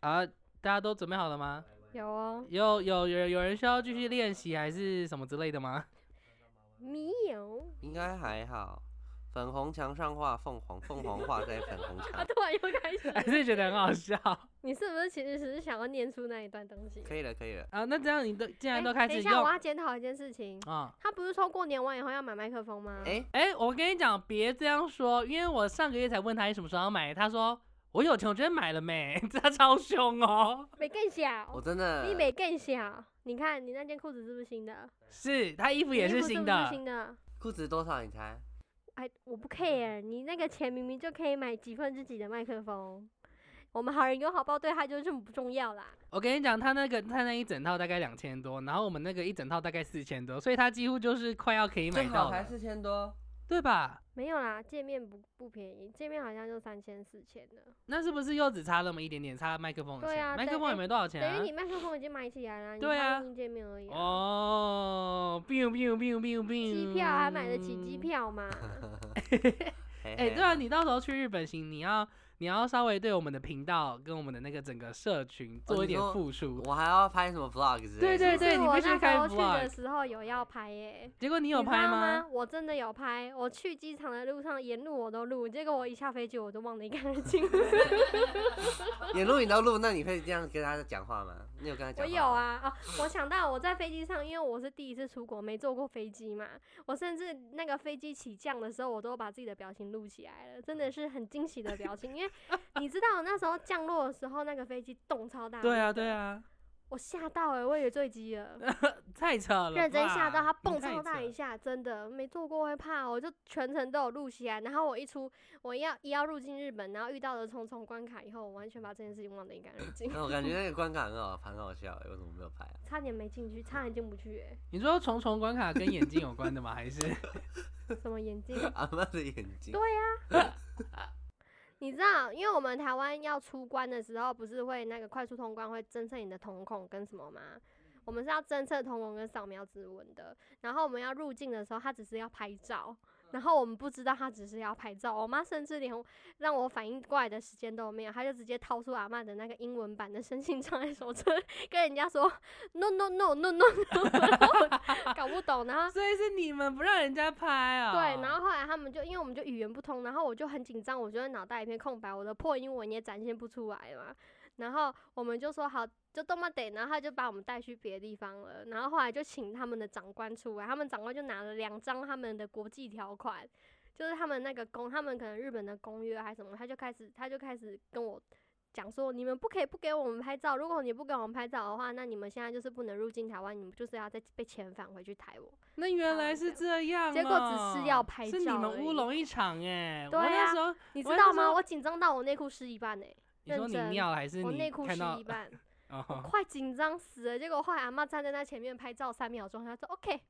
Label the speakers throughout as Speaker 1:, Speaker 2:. Speaker 1: 啊，大家都准备好了吗？
Speaker 2: 有哦，
Speaker 1: 有有有人有人需要继续练习还是什么之类的吗？
Speaker 2: 没有。
Speaker 3: 应该还好。粉红墙上画凤凰，凤凰画在粉红
Speaker 2: 啊！
Speaker 3: 墙。
Speaker 2: 突然又开始
Speaker 1: 还，是觉得很好笑
Speaker 2: 你是不是其实只是想要念出那一段东西？
Speaker 3: 可以了，可以了。
Speaker 1: 啊？那这样你都既然都
Speaker 2: 哎
Speaker 1: 开
Speaker 2: 等
Speaker 1: 始
Speaker 2: 一下，
Speaker 1: 用
Speaker 2: 我
Speaker 1: 啊
Speaker 2: 要检讨一件事情。
Speaker 1: 啊。
Speaker 2: 他不是说过年完以后要买麦克风吗？
Speaker 3: 哎、
Speaker 1: 哎、我跟你讲，别这样说，因为我上个月才问他你什么时候要买，他说我有钱，我直接买了没， 他超凶哦。
Speaker 2: 没更小
Speaker 3: 我，真的
Speaker 2: 你没更小。你看你那件裤子是不是新的？
Speaker 1: 是他衣服也
Speaker 2: 你
Speaker 1: 是
Speaker 2: 衣服
Speaker 1: 新
Speaker 2: 不是
Speaker 1: 的，
Speaker 2: 新的。
Speaker 3: 裤子多少？你猜？
Speaker 2: 哎，我不 care，你那个钱明明就可以买几分之几的麦克风。我们好人有好报，对他就这么不重要啦。
Speaker 1: 我跟你讲，他那个他那一整套大概两千多，然后我们那个一整套大概四千多，所以他几乎就是快要可以买
Speaker 3: 正好
Speaker 1: 到
Speaker 3: 才
Speaker 1: 了，
Speaker 3: 四千多。
Speaker 1: 对吧？
Speaker 2: 没有啦，界面不不便宜，界面好像就三千四千的，
Speaker 1: 那是不是又只差那么一点点，差麦克风的
Speaker 2: 对
Speaker 1: 钱？
Speaker 2: 啊
Speaker 1: 麦克
Speaker 2: 等
Speaker 1: 风也
Speaker 2: 哎
Speaker 1: 没多少钱
Speaker 2: 等于你
Speaker 1: 啊。
Speaker 2: 麦克风已经买起来了，你
Speaker 1: 对啊
Speaker 2: 差硬界面而已、啊。
Speaker 1: 哦，biu biu biu biu biu，
Speaker 2: 机票啊还买得起
Speaker 1: 嗯
Speaker 2: 机票吗？
Speaker 3: 哎
Speaker 1: 哎、对啊，你到时候去日本行，你要你要稍微对我们的频道跟我们的那个整个社群做一
Speaker 3: 哦你
Speaker 1: 点
Speaker 3: 说
Speaker 1: 付出。
Speaker 3: 我还要拍什么 vlog 之类的？
Speaker 1: 对对对
Speaker 2: 是
Speaker 1: 你
Speaker 2: 我
Speaker 1: 必须
Speaker 2: 那时
Speaker 1: 开
Speaker 2: 候去
Speaker 1: vlog
Speaker 2: 的时候有要拍耶、
Speaker 1: 结果你
Speaker 2: 你
Speaker 1: 有
Speaker 2: 知
Speaker 1: 拍
Speaker 2: 道
Speaker 1: 吗？
Speaker 2: 吗？我真的有拍，我去机场的路上沿路我都录，结果我一下飞机我都忘得一干二净。
Speaker 3: 演录你都录，那你会这样跟他讲话吗？你有跟他
Speaker 2: 我
Speaker 3: 讲？
Speaker 2: 有。啊，哦，我想到我在飞机上，因为我是第一次出国，没坐过飞机嘛，我甚至那个飞机起降的时候，我都把自己的表情录起来了，真的是很惊喜的表情，因为 你知道那时候降落的时候，那个飞机动 超大，
Speaker 1: 对啊，对
Speaker 2: 啊，
Speaker 1: 啊，
Speaker 2: 我吓到哎、我以为坠机了。
Speaker 1: 太扯了吧，
Speaker 2: 认真吓到他
Speaker 1: 你
Speaker 2: 蹦
Speaker 1: 太
Speaker 2: 超大
Speaker 1: 扯
Speaker 2: 一下，真的没做过会怕哦，我就全程都有录起来。然后我一出，我要一要入境日本，然后遇到了重重关卡以后，我完全把这件事情忘得一干二净，
Speaker 3: 那哦我感觉那个关卡很好，很好笑、哎为什么没有拍啊？
Speaker 2: 差点没进去，差点进不去、欸
Speaker 1: 你说重重关卡跟眼睛有关的吗？ 还是
Speaker 2: 哎，什么眼镜？
Speaker 3: 阿妈的眼睛
Speaker 2: 对。你知道，因为我们台湾要出关的时候，不是会那个快速通关会侦测你的瞳孔跟什么吗？我们是要侦测瞳孔跟扫描指纹的。然后我们要入境的时候，他只是要拍照，然后我们不知道他只是要拍照。我妈甚至连让我反应过来的时间都没有，她就直接掏出阿嬷的那个英文版的身心障碍手册，跟人家说 no no no no no，, no 然后我搞不懂，然后
Speaker 1: 所以是你们不让人家拍啊、
Speaker 2: 对，然后后来他们就因为我们就语言不通，然后我就很紧张，我觉得脑袋一片空白，我的破英文也展现不出来嘛。然后我们就说好，就动漫得，然后他就把我们带去别的地方了。然后后来就请他们的长官出来，他们长官就拿了两张他们的国际条款，就是他们那个公，他们可能日本的公约还是什么，他就开始他就开始跟我。讲说你们不可以不给我们拍照，如果你不给我们拍照的话，那你们现在就是不能入境台湾，你们就是要再被遣返回去台湾。
Speaker 1: 那原
Speaker 2: 好
Speaker 1: 来是这样哦、
Speaker 2: 结果只是要拍
Speaker 1: 是你
Speaker 2: 照
Speaker 1: 们
Speaker 2: 而
Speaker 1: 乌
Speaker 2: 已
Speaker 1: 龙一场哎、
Speaker 2: 对
Speaker 1: 我那
Speaker 2: 啊
Speaker 1: 时候
Speaker 2: 你
Speaker 1: 我那
Speaker 2: 知道
Speaker 1: 时
Speaker 2: 吗？
Speaker 1: 候
Speaker 2: 我紧张到我内裤湿一半呢、
Speaker 1: 你说
Speaker 2: 认
Speaker 1: 你
Speaker 2: 真
Speaker 1: 尿了还是
Speaker 2: 我内
Speaker 1: 你
Speaker 2: 裤
Speaker 1: 看
Speaker 2: 湿
Speaker 1: 到
Speaker 2: 一半，
Speaker 1: 哦，
Speaker 2: 快紧张死了。结果后来阿妈站在那前面拍照三秒钟，她说 OK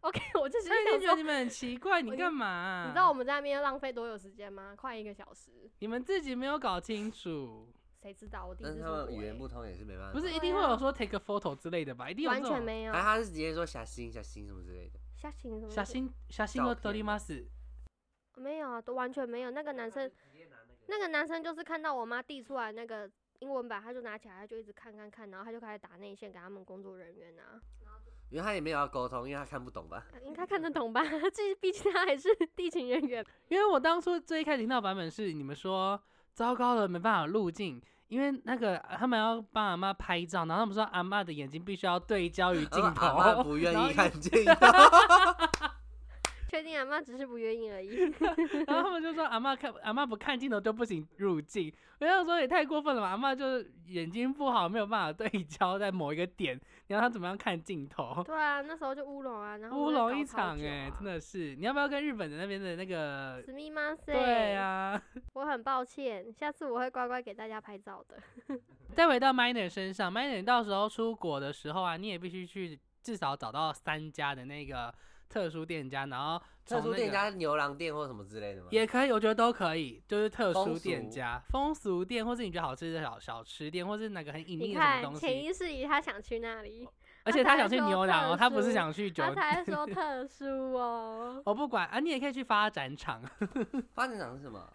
Speaker 2: OK，我 就直接
Speaker 1: 所以就觉得嗯
Speaker 2: 想说，
Speaker 1: 你们很奇怪，你
Speaker 2: 我
Speaker 1: 干嘛、
Speaker 2: 你知道我们在那边浪费多久时间吗？快一个小时，
Speaker 1: 你们自己没有搞清 楚，
Speaker 2: 谁知道我第一
Speaker 3: 但
Speaker 2: 次
Speaker 3: 是
Speaker 2: 出
Speaker 3: 他
Speaker 2: 国
Speaker 3: 们语言
Speaker 2: 欸、
Speaker 3: 不通也是没办法。
Speaker 1: 不是一
Speaker 2: 对
Speaker 1: 定会
Speaker 2: 啊
Speaker 1: 有说 take a photo 之类的吧？一定有
Speaker 2: 完
Speaker 1: 这
Speaker 2: 全
Speaker 1: 种
Speaker 2: 没有
Speaker 3: 哎，他是直接说小心小心什么之类的。
Speaker 2: 下情什么
Speaker 1: 写
Speaker 2: 的
Speaker 1: 真写真を
Speaker 3: 照
Speaker 1: 撮り
Speaker 3: 片
Speaker 1: ます。
Speaker 2: 没有啊，都完全没有。那个男生，那个男生就是看到我妈递出来那个英文版，他就拿起来，他就一直看看看，然后他就开始打内线给他们工作人员啊。
Speaker 3: 因为他也没有要沟通，因为他看不懂吧？
Speaker 2: 呃应该看得懂吧？ 这毕竟他还是地勤人员
Speaker 1: 因为我当初最一开始听到版本是你们说糟糕了，没办法入境，因为那个呃他们要帮阿妈拍照，然后他们说阿妈的眼睛必须要对焦于镜
Speaker 3: 然后 阿嬷
Speaker 1: 头，
Speaker 3: 不 愿
Speaker 1: 然后
Speaker 3: 意看镜头。
Speaker 2: 确定阿啊妈只是不愿意而已。
Speaker 1: 然后他们就说阿妈看阿妈不看镜头就不行入境。我想说也太过分了吧，阿妈就是眼睛不好，没有办法对焦在某一个点，你让她怎么样看镜头？
Speaker 2: 对啊，那时候就乌龙啊，然后
Speaker 1: 乌龙一场哎、
Speaker 2: 哎、
Speaker 1: 真。的是，你要不要跟日本的那边的那个？
Speaker 2: 史密马塞，
Speaker 1: 对、啊，
Speaker 2: 我很抱歉，下次我会乖乖给大家拍照的。
Speaker 1: 再回到 Miner 身上，Miner 到时候出国的时候啊，你也必须去至少找到三家的那个特殊店家，然后从
Speaker 3: 特殊
Speaker 1: 那
Speaker 3: 店
Speaker 1: 个
Speaker 3: 家、牛郎店或什么之类的吗？
Speaker 1: 也可以，我觉得都可以，就是特
Speaker 3: 风
Speaker 1: 殊店
Speaker 3: 俗
Speaker 1: 家、风俗店，或是你觉得好吃的小小吃店，或是哪个很隐秘
Speaker 2: 你
Speaker 1: 的什么
Speaker 2: 看，
Speaker 1: 东
Speaker 2: 潜
Speaker 1: 西。
Speaker 2: 意识里他想去那里，
Speaker 1: 而
Speaker 2: 他
Speaker 1: 且他
Speaker 2: 才
Speaker 1: 想去
Speaker 2: 说
Speaker 1: 牛郎哦，
Speaker 2: 特
Speaker 1: 他不是
Speaker 2: 殊
Speaker 1: 想去酒。
Speaker 2: 他。才说特殊哦
Speaker 1: 我不管啊，你也可以去发展场。哎
Speaker 3: 发展场是什么？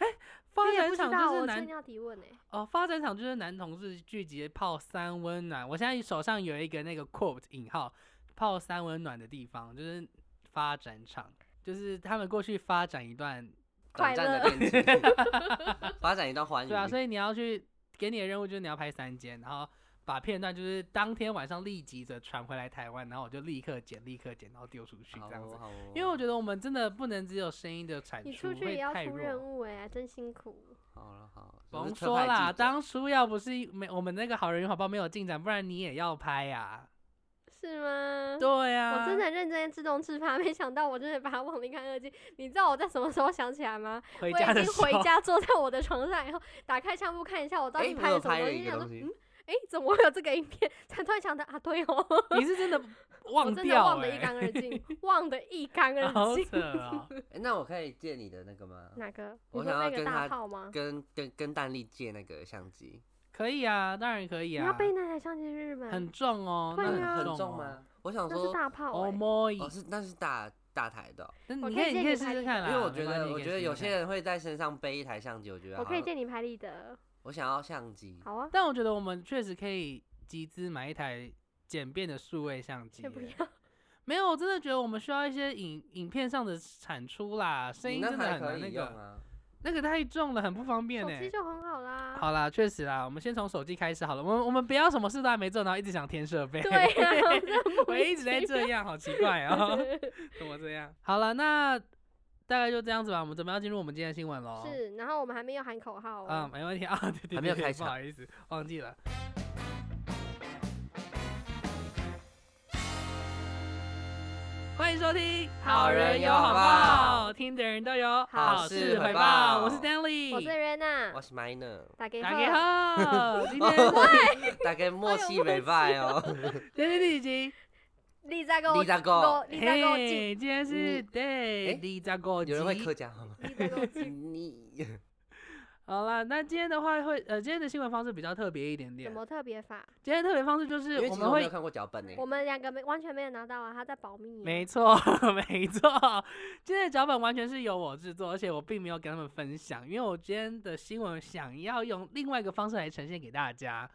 Speaker 1: 发
Speaker 2: 我也
Speaker 1: 展
Speaker 2: 不知
Speaker 1: 场
Speaker 2: 道，
Speaker 1: 就是
Speaker 2: 我正
Speaker 1: 男
Speaker 2: 要提问呢、欸。
Speaker 1: 哦，发展场就是男同志聚集泡三温暖。我现在手上有一个那个 quote 引号泡三温暖的地方，就是发展场，就是他们过去发展一段，
Speaker 3: 短暂的恋 情，发展一段欢愉。
Speaker 1: 对啊，所以你要去给你的任务就是你要拍三间，然后把片段就是当天晚上立即的传回来台湾，然后我就立刻剪，立刻剪，然后丢出去
Speaker 3: 好
Speaker 1: 这样子
Speaker 3: 哦。好哦，
Speaker 1: 因为我觉得我们真的不能只有声音的产
Speaker 2: 你
Speaker 1: 出，
Speaker 2: 出去
Speaker 1: 会
Speaker 2: 也要
Speaker 1: 太
Speaker 2: 出任
Speaker 1: 弱。
Speaker 2: 务哎、真辛苦。
Speaker 3: 好了好，
Speaker 1: 甭
Speaker 3: 我是
Speaker 1: 说
Speaker 3: 特派
Speaker 1: 啦，
Speaker 3: 记者
Speaker 1: 当初要不是没我们那个好人与好报没有进展，不然你也要拍呀、
Speaker 2: 是吗？
Speaker 1: 对啊呀、
Speaker 2: 我真的认真自动自拍，没想到我真的把它忘零看二季。你知道我在什么时候想起来吗？
Speaker 1: 回
Speaker 2: 我
Speaker 1: 家
Speaker 2: 已
Speaker 1: 的
Speaker 2: 经
Speaker 1: 时
Speaker 2: 回
Speaker 1: 候，
Speaker 2: 家坐在我的床上以后，打开相簿看一下我到
Speaker 3: 哎
Speaker 2: 底
Speaker 3: 我
Speaker 2: 拍
Speaker 3: 有
Speaker 2: 了什么
Speaker 3: 拍了
Speaker 2: 东西，
Speaker 3: 一个
Speaker 2: 想说
Speaker 3: 东西
Speaker 2: 嗯，哎、怎么会有这个影片？ 才突然想到啊，对哦，
Speaker 1: 你是真的
Speaker 2: 我
Speaker 1: 忘
Speaker 2: 真的
Speaker 1: 掉
Speaker 2: 忘
Speaker 1: 了、
Speaker 2: 得 一
Speaker 1: 欸，
Speaker 2: 干二净，忘得一干二
Speaker 1: 好
Speaker 2: 净。
Speaker 1: 扯 哦！
Speaker 3: 哎那我可以借你的那个吗？
Speaker 2: 哪个？
Speaker 3: 我
Speaker 2: 你说
Speaker 3: 想要
Speaker 2: 那个
Speaker 3: 跟
Speaker 2: 大
Speaker 3: 他
Speaker 2: 炮吗？
Speaker 3: 跟跟跟蛋力借那个相机，
Speaker 1: 可以啊，当然可以
Speaker 2: 你
Speaker 1: 啊
Speaker 2: 要，背那台相机去日本？
Speaker 1: 很重哦，
Speaker 2: 对
Speaker 1: 那
Speaker 2: 啊
Speaker 3: 很
Speaker 1: 很
Speaker 3: 重
Speaker 1: 哦？
Speaker 3: 吗？我想
Speaker 2: 那是
Speaker 3: 说，
Speaker 2: 大炮、
Speaker 1: 哦
Speaker 2: 欸。
Speaker 1: 莫伊，
Speaker 3: 哦是那是大大台的哦，
Speaker 1: 那
Speaker 2: 我
Speaker 1: 你
Speaker 2: 可以
Speaker 1: 可以
Speaker 2: 借
Speaker 1: 你可以
Speaker 2: 你
Speaker 1: 试
Speaker 2: 拍
Speaker 1: 试
Speaker 2: 一
Speaker 1: 看
Speaker 3: 因
Speaker 1: 啦，
Speaker 3: 为我
Speaker 1: 啊没
Speaker 3: 觉
Speaker 1: 关系
Speaker 3: 得
Speaker 1: 你
Speaker 3: 我
Speaker 1: 可以
Speaker 3: 觉得
Speaker 1: 试
Speaker 3: 有
Speaker 1: 试
Speaker 3: 些
Speaker 1: 看，
Speaker 3: 人会在身上背一台相机，我觉得
Speaker 2: 我可以
Speaker 3: 好像
Speaker 2: 借你拍立得，
Speaker 3: 我想要相机，
Speaker 2: 好啊。
Speaker 1: 但我觉得我们确实可以集资买一台简便的数位相机
Speaker 2: 先不
Speaker 1: 耶。
Speaker 2: 要，
Speaker 1: 没有，我真的觉得我们需要一些影影片上的产出啦，声
Speaker 3: 你
Speaker 1: 音
Speaker 3: 那
Speaker 1: 真的
Speaker 3: 台
Speaker 1: 很
Speaker 3: 可
Speaker 1: 难那
Speaker 3: 以用
Speaker 1: 个，
Speaker 3: 啊。
Speaker 1: 那个太重了，很不方便
Speaker 2: 手
Speaker 1: 呢。
Speaker 2: 机就很好啦。
Speaker 1: 欸好啦，确实啦，我们先从手机开始好了。我们我们不要什么事都还没做，然后一直想添设备。
Speaker 2: 对啊， 我真的莫
Speaker 1: 我
Speaker 2: 名
Speaker 1: 一直在
Speaker 2: 其
Speaker 1: 这样，好奇怪哦，怎么这样？好了，那大概就这样子吧。我们准备要进入我们今天的新闻喽。
Speaker 2: 妙。， 是，然后我们还没有喊口号、哦。
Speaker 1: 嗯，没问题啊。对对对，
Speaker 3: 还没有
Speaker 1: 对
Speaker 3: 开
Speaker 1: 不好意思，忘记了。欢迎收听《
Speaker 2: 好人有
Speaker 1: 好
Speaker 2: 好报
Speaker 1: 报》，听的人都有
Speaker 2: 好
Speaker 3: 事回
Speaker 1: 报。
Speaker 3: 报
Speaker 1: 我是 Danley，
Speaker 2: 我是 Rena，
Speaker 3: 我是 minor，
Speaker 2: 打给
Speaker 1: 嗯打给
Speaker 2: 贺
Speaker 1: 好。今天
Speaker 2: 哦
Speaker 3: 大概默
Speaker 2: 哎
Speaker 3: 契
Speaker 2: 呦
Speaker 3: 没拜 哦。
Speaker 1: 今天第几集？
Speaker 2: 丽莎给我，
Speaker 3: 丽莎给我
Speaker 2: 丽莎给我进，
Speaker 1: 嘿，今天是
Speaker 2: 嗯
Speaker 3: 你
Speaker 1: 对
Speaker 3: 哎
Speaker 1: 第十五集。
Speaker 3: 有人会客家话 吗？
Speaker 2: 丽莎给我进，
Speaker 3: 你
Speaker 1: 好啦，那今天的话会呃，今天的新闻方式比较特别一点点
Speaker 2: 什。么特别法？
Speaker 1: 今天特别方式就是
Speaker 3: 因
Speaker 1: 我
Speaker 3: 为其实
Speaker 1: 们
Speaker 3: 我没有
Speaker 1: 会，
Speaker 3: 看过脚本呢。
Speaker 2: 我们两个没完全没有拿到啊，他在保密。
Speaker 1: 没错 没错，今天的脚本完全是由我制作，而且我并没有跟他们分享，因为我今天的新闻想要用另外一个方式来呈现给大家。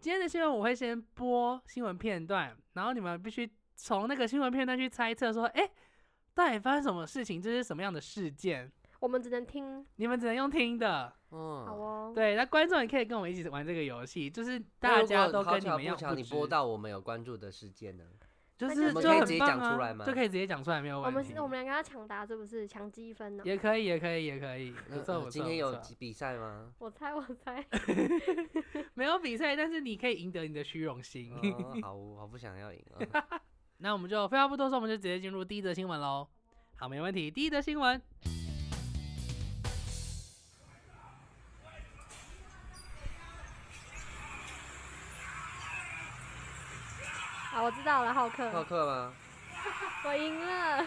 Speaker 1: 今天的新闻我会先播新闻片段，然后你们必须从那个新闻片段去猜测说，哎、到底发生什么事情，这是什么样的事件，
Speaker 2: 我们只能听，
Speaker 1: 你们只能用听的。
Speaker 2: 好
Speaker 3: 嗯，
Speaker 2: 哦。
Speaker 1: 对，那观众也可以跟我们一起玩这个游戏，就是
Speaker 3: 那
Speaker 1: 大
Speaker 3: 如
Speaker 1: 家
Speaker 3: 果
Speaker 1: 都
Speaker 3: 好
Speaker 1: 跟你
Speaker 3: 巧
Speaker 1: 们一
Speaker 3: 不
Speaker 1: 样
Speaker 3: 巧，你
Speaker 1: 知
Speaker 3: 播到我们有关注的事件呢？
Speaker 1: 就
Speaker 2: 那
Speaker 1: 是
Speaker 2: 就
Speaker 1: 就是
Speaker 2: 我们可以
Speaker 1: 很
Speaker 3: 直接
Speaker 1: 棒
Speaker 3: 讲出
Speaker 1: 啊
Speaker 3: 来吗
Speaker 1: 就可以直接讲出来，没有
Speaker 2: 我
Speaker 1: 问
Speaker 2: 们
Speaker 1: 题
Speaker 2: 是，。我们两个要抢答，是不是抢积分呢？
Speaker 1: 也可以，也可以，也可以，不
Speaker 3: 那
Speaker 1: 错
Speaker 3: 呃
Speaker 1: 不错。
Speaker 3: 今天
Speaker 1: 不
Speaker 3: 有
Speaker 1: 错
Speaker 3: 比比赛 吗？
Speaker 2: 我猜，我猜，
Speaker 1: 没有比赛，但是你可以赢得你的虚荣心。
Speaker 3: 哦好，我好不想要赢啊。
Speaker 1: 那我们就废话不多说，我们就直接进入第一则新闻喽。好，没问题。第一则新 闻，
Speaker 2: 啊，我知道了，浩
Speaker 3: 浩
Speaker 2: 克，
Speaker 3: 克吗？
Speaker 2: 我赢了。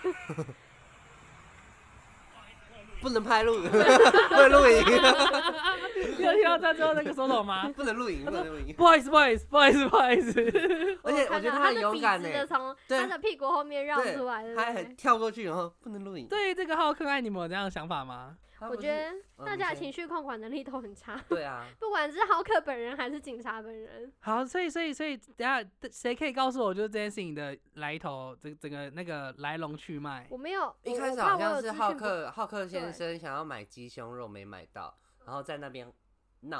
Speaker 3: 不能拍 录，不能录影，
Speaker 1: 你有听到他最后那个 solo 吗？
Speaker 3: 不能录影，不能录影。
Speaker 1: 不好意思，不好意思，不好意思，不好意思。
Speaker 3: 而且
Speaker 2: 看
Speaker 3: 我觉得
Speaker 2: 到
Speaker 3: 他
Speaker 2: 他
Speaker 3: 很勇敢
Speaker 2: 呢
Speaker 3: 呢，，
Speaker 2: 从
Speaker 3: 对
Speaker 2: 他的屁股后面绕
Speaker 3: 对
Speaker 2: 出来的。
Speaker 3: 他
Speaker 2: 对不
Speaker 3: 很
Speaker 2: 对
Speaker 3: 跳过去，然后不能录影。
Speaker 1: 对于这个浩克爱你们有这样的想法吗？
Speaker 3: 他
Speaker 2: 我
Speaker 3: 不是
Speaker 2: 觉得
Speaker 3: 嗯
Speaker 2: 大
Speaker 3: 你
Speaker 2: 家的情
Speaker 3: 先
Speaker 2: 绪控管能力都很差，
Speaker 3: 对啊，
Speaker 2: 不管是浩克本人还是警察本人。
Speaker 1: 好，所以所以所以，等下谁可以告诉我，就是这件事情的来头，整整个那个来龙去脉？
Speaker 2: 我没有，
Speaker 3: 一
Speaker 2: 我
Speaker 3: 开
Speaker 2: 我
Speaker 3: 始
Speaker 2: 怕
Speaker 3: 好
Speaker 2: 我有
Speaker 3: 像
Speaker 2: 资
Speaker 3: 是
Speaker 2: 讯
Speaker 3: 浩
Speaker 2: 不
Speaker 3: 克浩克先
Speaker 2: 对
Speaker 3: 生想要买鸡胸肉没买到，然后在那边闹，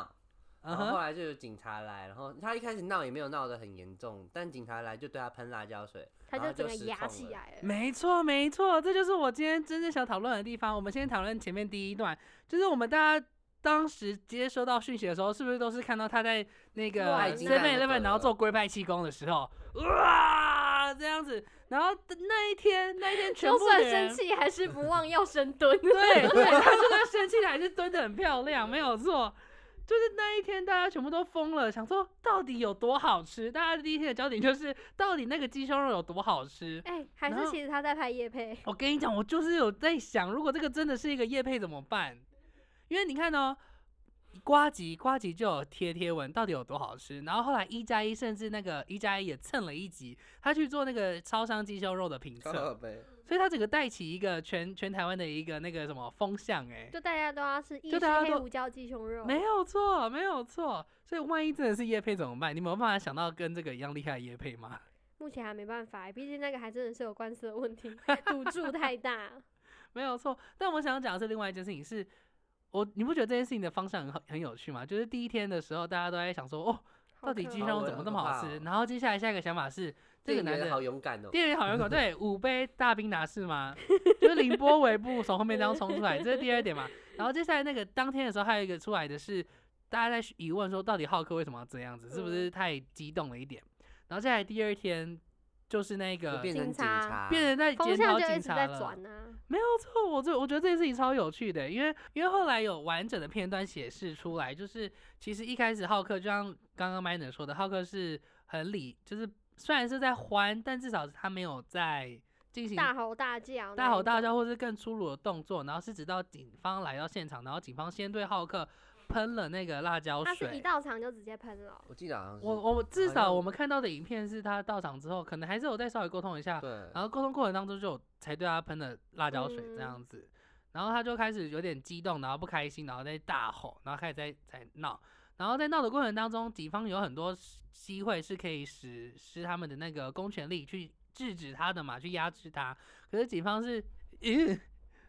Speaker 3: 然
Speaker 1: 嗯
Speaker 3: 后后
Speaker 1: 哼，
Speaker 3: 来就有警察来，然后他一开始闹也没有闹得很严重，但警察来就对他喷辣椒水，
Speaker 2: 他
Speaker 3: 然后
Speaker 2: 就整
Speaker 3: 就
Speaker 2: 个
Speaker 3: 失
Speaker 2: 压
Speaker 3: 控
Speaker 2: 起
Speaker 3: 了
Speaker 2: 来了。
Speaker 1: 没错没错，这就是我今天真正想讨论的地方。我们先讨论前面第一段，就是我们大家。当时接收到讯息的时候，是不是都是看到他在那个
Speaker 2: 哇
Speaker 1: Seven
Speaker 2: 那个
Speaker 1: Eleven，然后做龟派气功的时候，哇这样子，然后那一天那一天全
Speaker 2: 就
Speaker 1: 部的
Speaker 2: 算生
Speaker 1: 人，
Speaker 2: 气还是不忘要深蹲。
Speaker 1: 对对，他就算生气了还是蹲的很漂亮，没有错。就是那一天，大家全部都疯了，想说到底有多好吃。大家第一天的焦点就是到底那个鸡胸肉有多好吃。
Speaker 2: 哎、还
Speaker 1: 然
Speaker 2: 是
Speaker 1: 后
Speaker 2: 其实他在拍夜配，
Speaker 1: 我跟你讲，我就是有在想，如果这个真的是一个叶配怎么办？因为你看哦，瓜吉瓜吉就有贴贴文，到底有多好吃。然后后来一加一，甚至那个一加一也蹭了一集，他去做那个超商鸡胸肉的评
Speaker 3: 靠
Speaker 1: 测，
Speaker 3: 背
Speaker 1: 所以他整个带起一个全全台湾的一个那个什么风向哎、
Speaker 2: 就大家都要是意
Speaker 1: 就
Speaker 2: 式
Speaker 1: 大家
Speaker 2: 黑
Speaker 1: 都
Speaker 2: 胡椒鸡胸肉，
Speaker 1: 没有错，没有错。所以万一真的是叶配怎么办？你们有办法想到跟这个一样厉害的叶配吗？
Speaker 2: 目前还没办法欸，毕竟那个还真的是有官司的 问题，赌注太大。
Speaker 1: 没有错。但我想讲的是另外一件事情是，我你不觉得这件事情的方向很好很有趣吗？就是第一天的时候，大家都在想说，哦，
Speaker 2: 好
Speaker 1: 到底
Speaker 2: 可
Speaker 1: 鸡
Speaker 2: 怕
Speaker 1: 胸
Speaker 3: 好
Speaker 1: 肉
Speaker 3: 恶
Speaker 1: 怎么
Speaker 3: 好
Speaker 1: 那么
Speaker 3: 可怕
Speaker 1: 好吃？
Speaker 3: 哦
Speaker 1: 然后接下来下一个想法是，这个
Speaker 3: 店
Speaker 1: 男
Speaker 3: 员
Speaker 1: 的
Speaker 3: 好勇敢哦，
Speaker 1: 店员好 勇敢，对，五杯大冰拿是吗？就是凌波微步从后面这样冲出来，这是第二点嘛。然后接下来那个当天的时候，还有一个出来的是，大家在疑问说，到底浩克为什么要这样子？是不
Speaker 2: 嗯
Speaker 1: 是太激动了一点？然后接下来第二天就是那
Speaker 3: 就
Speaker 1: 个
Speaker 3: 变成
Speaker 2: 警
Speaker 3: 警
Speaker 2: 察
Speaker 3: 察，
Speaker 1: 变成在
Speaker 2: 风
Speaker 1: 检
Speaker 2: 向
Speaker 1: 讨
Speaker 2: 就一
Speaker 1: 警
Speaker 2: 直
Speaker 1: 察
Speaker 2: 在
Speaker 1: 了。
Speaker 2: 转啊，
Speaker 1: 没有错，我这我觉得这件事情超有趣的，因为因为后来有完整的片段显示出来，就是其实一开始浩克就像刚刚 m i n e r 说的，浩克是很理，就是虽然是在欢，但至少是他没有在进行
Speaker 2: 大吼大叫，
Speaker 1: 大吼大叫，或是更粗鲁的动作，然后是直到警方来到现场，然后警方先对浩克喷了那个辣椒
Speaker 2: 他是一
Speaker 1: 水。
Speaker 2: 到场就直接喷 了哦，
Speaker 3: 我记得好像是
Speaker 1: 我我至
Speaker 3: 好
Speaker 1: 少
Speaker 3: 像
Speaker 1: 我们看到的影片是他到场之后，可能还是有再稍微沟通一下，
Speaker 3: 对，
Speaker 1: 然后沟通过程当中就有才对他喷了辣椒水这样子，然后他就开始有点激动，然后不开心，然后再大吼，然后开始在在闹，然后在闹的过程当中，警方有很多机会是可以使使他们的那个公权力去制止他的嘛，去压制他，可是警方是嗯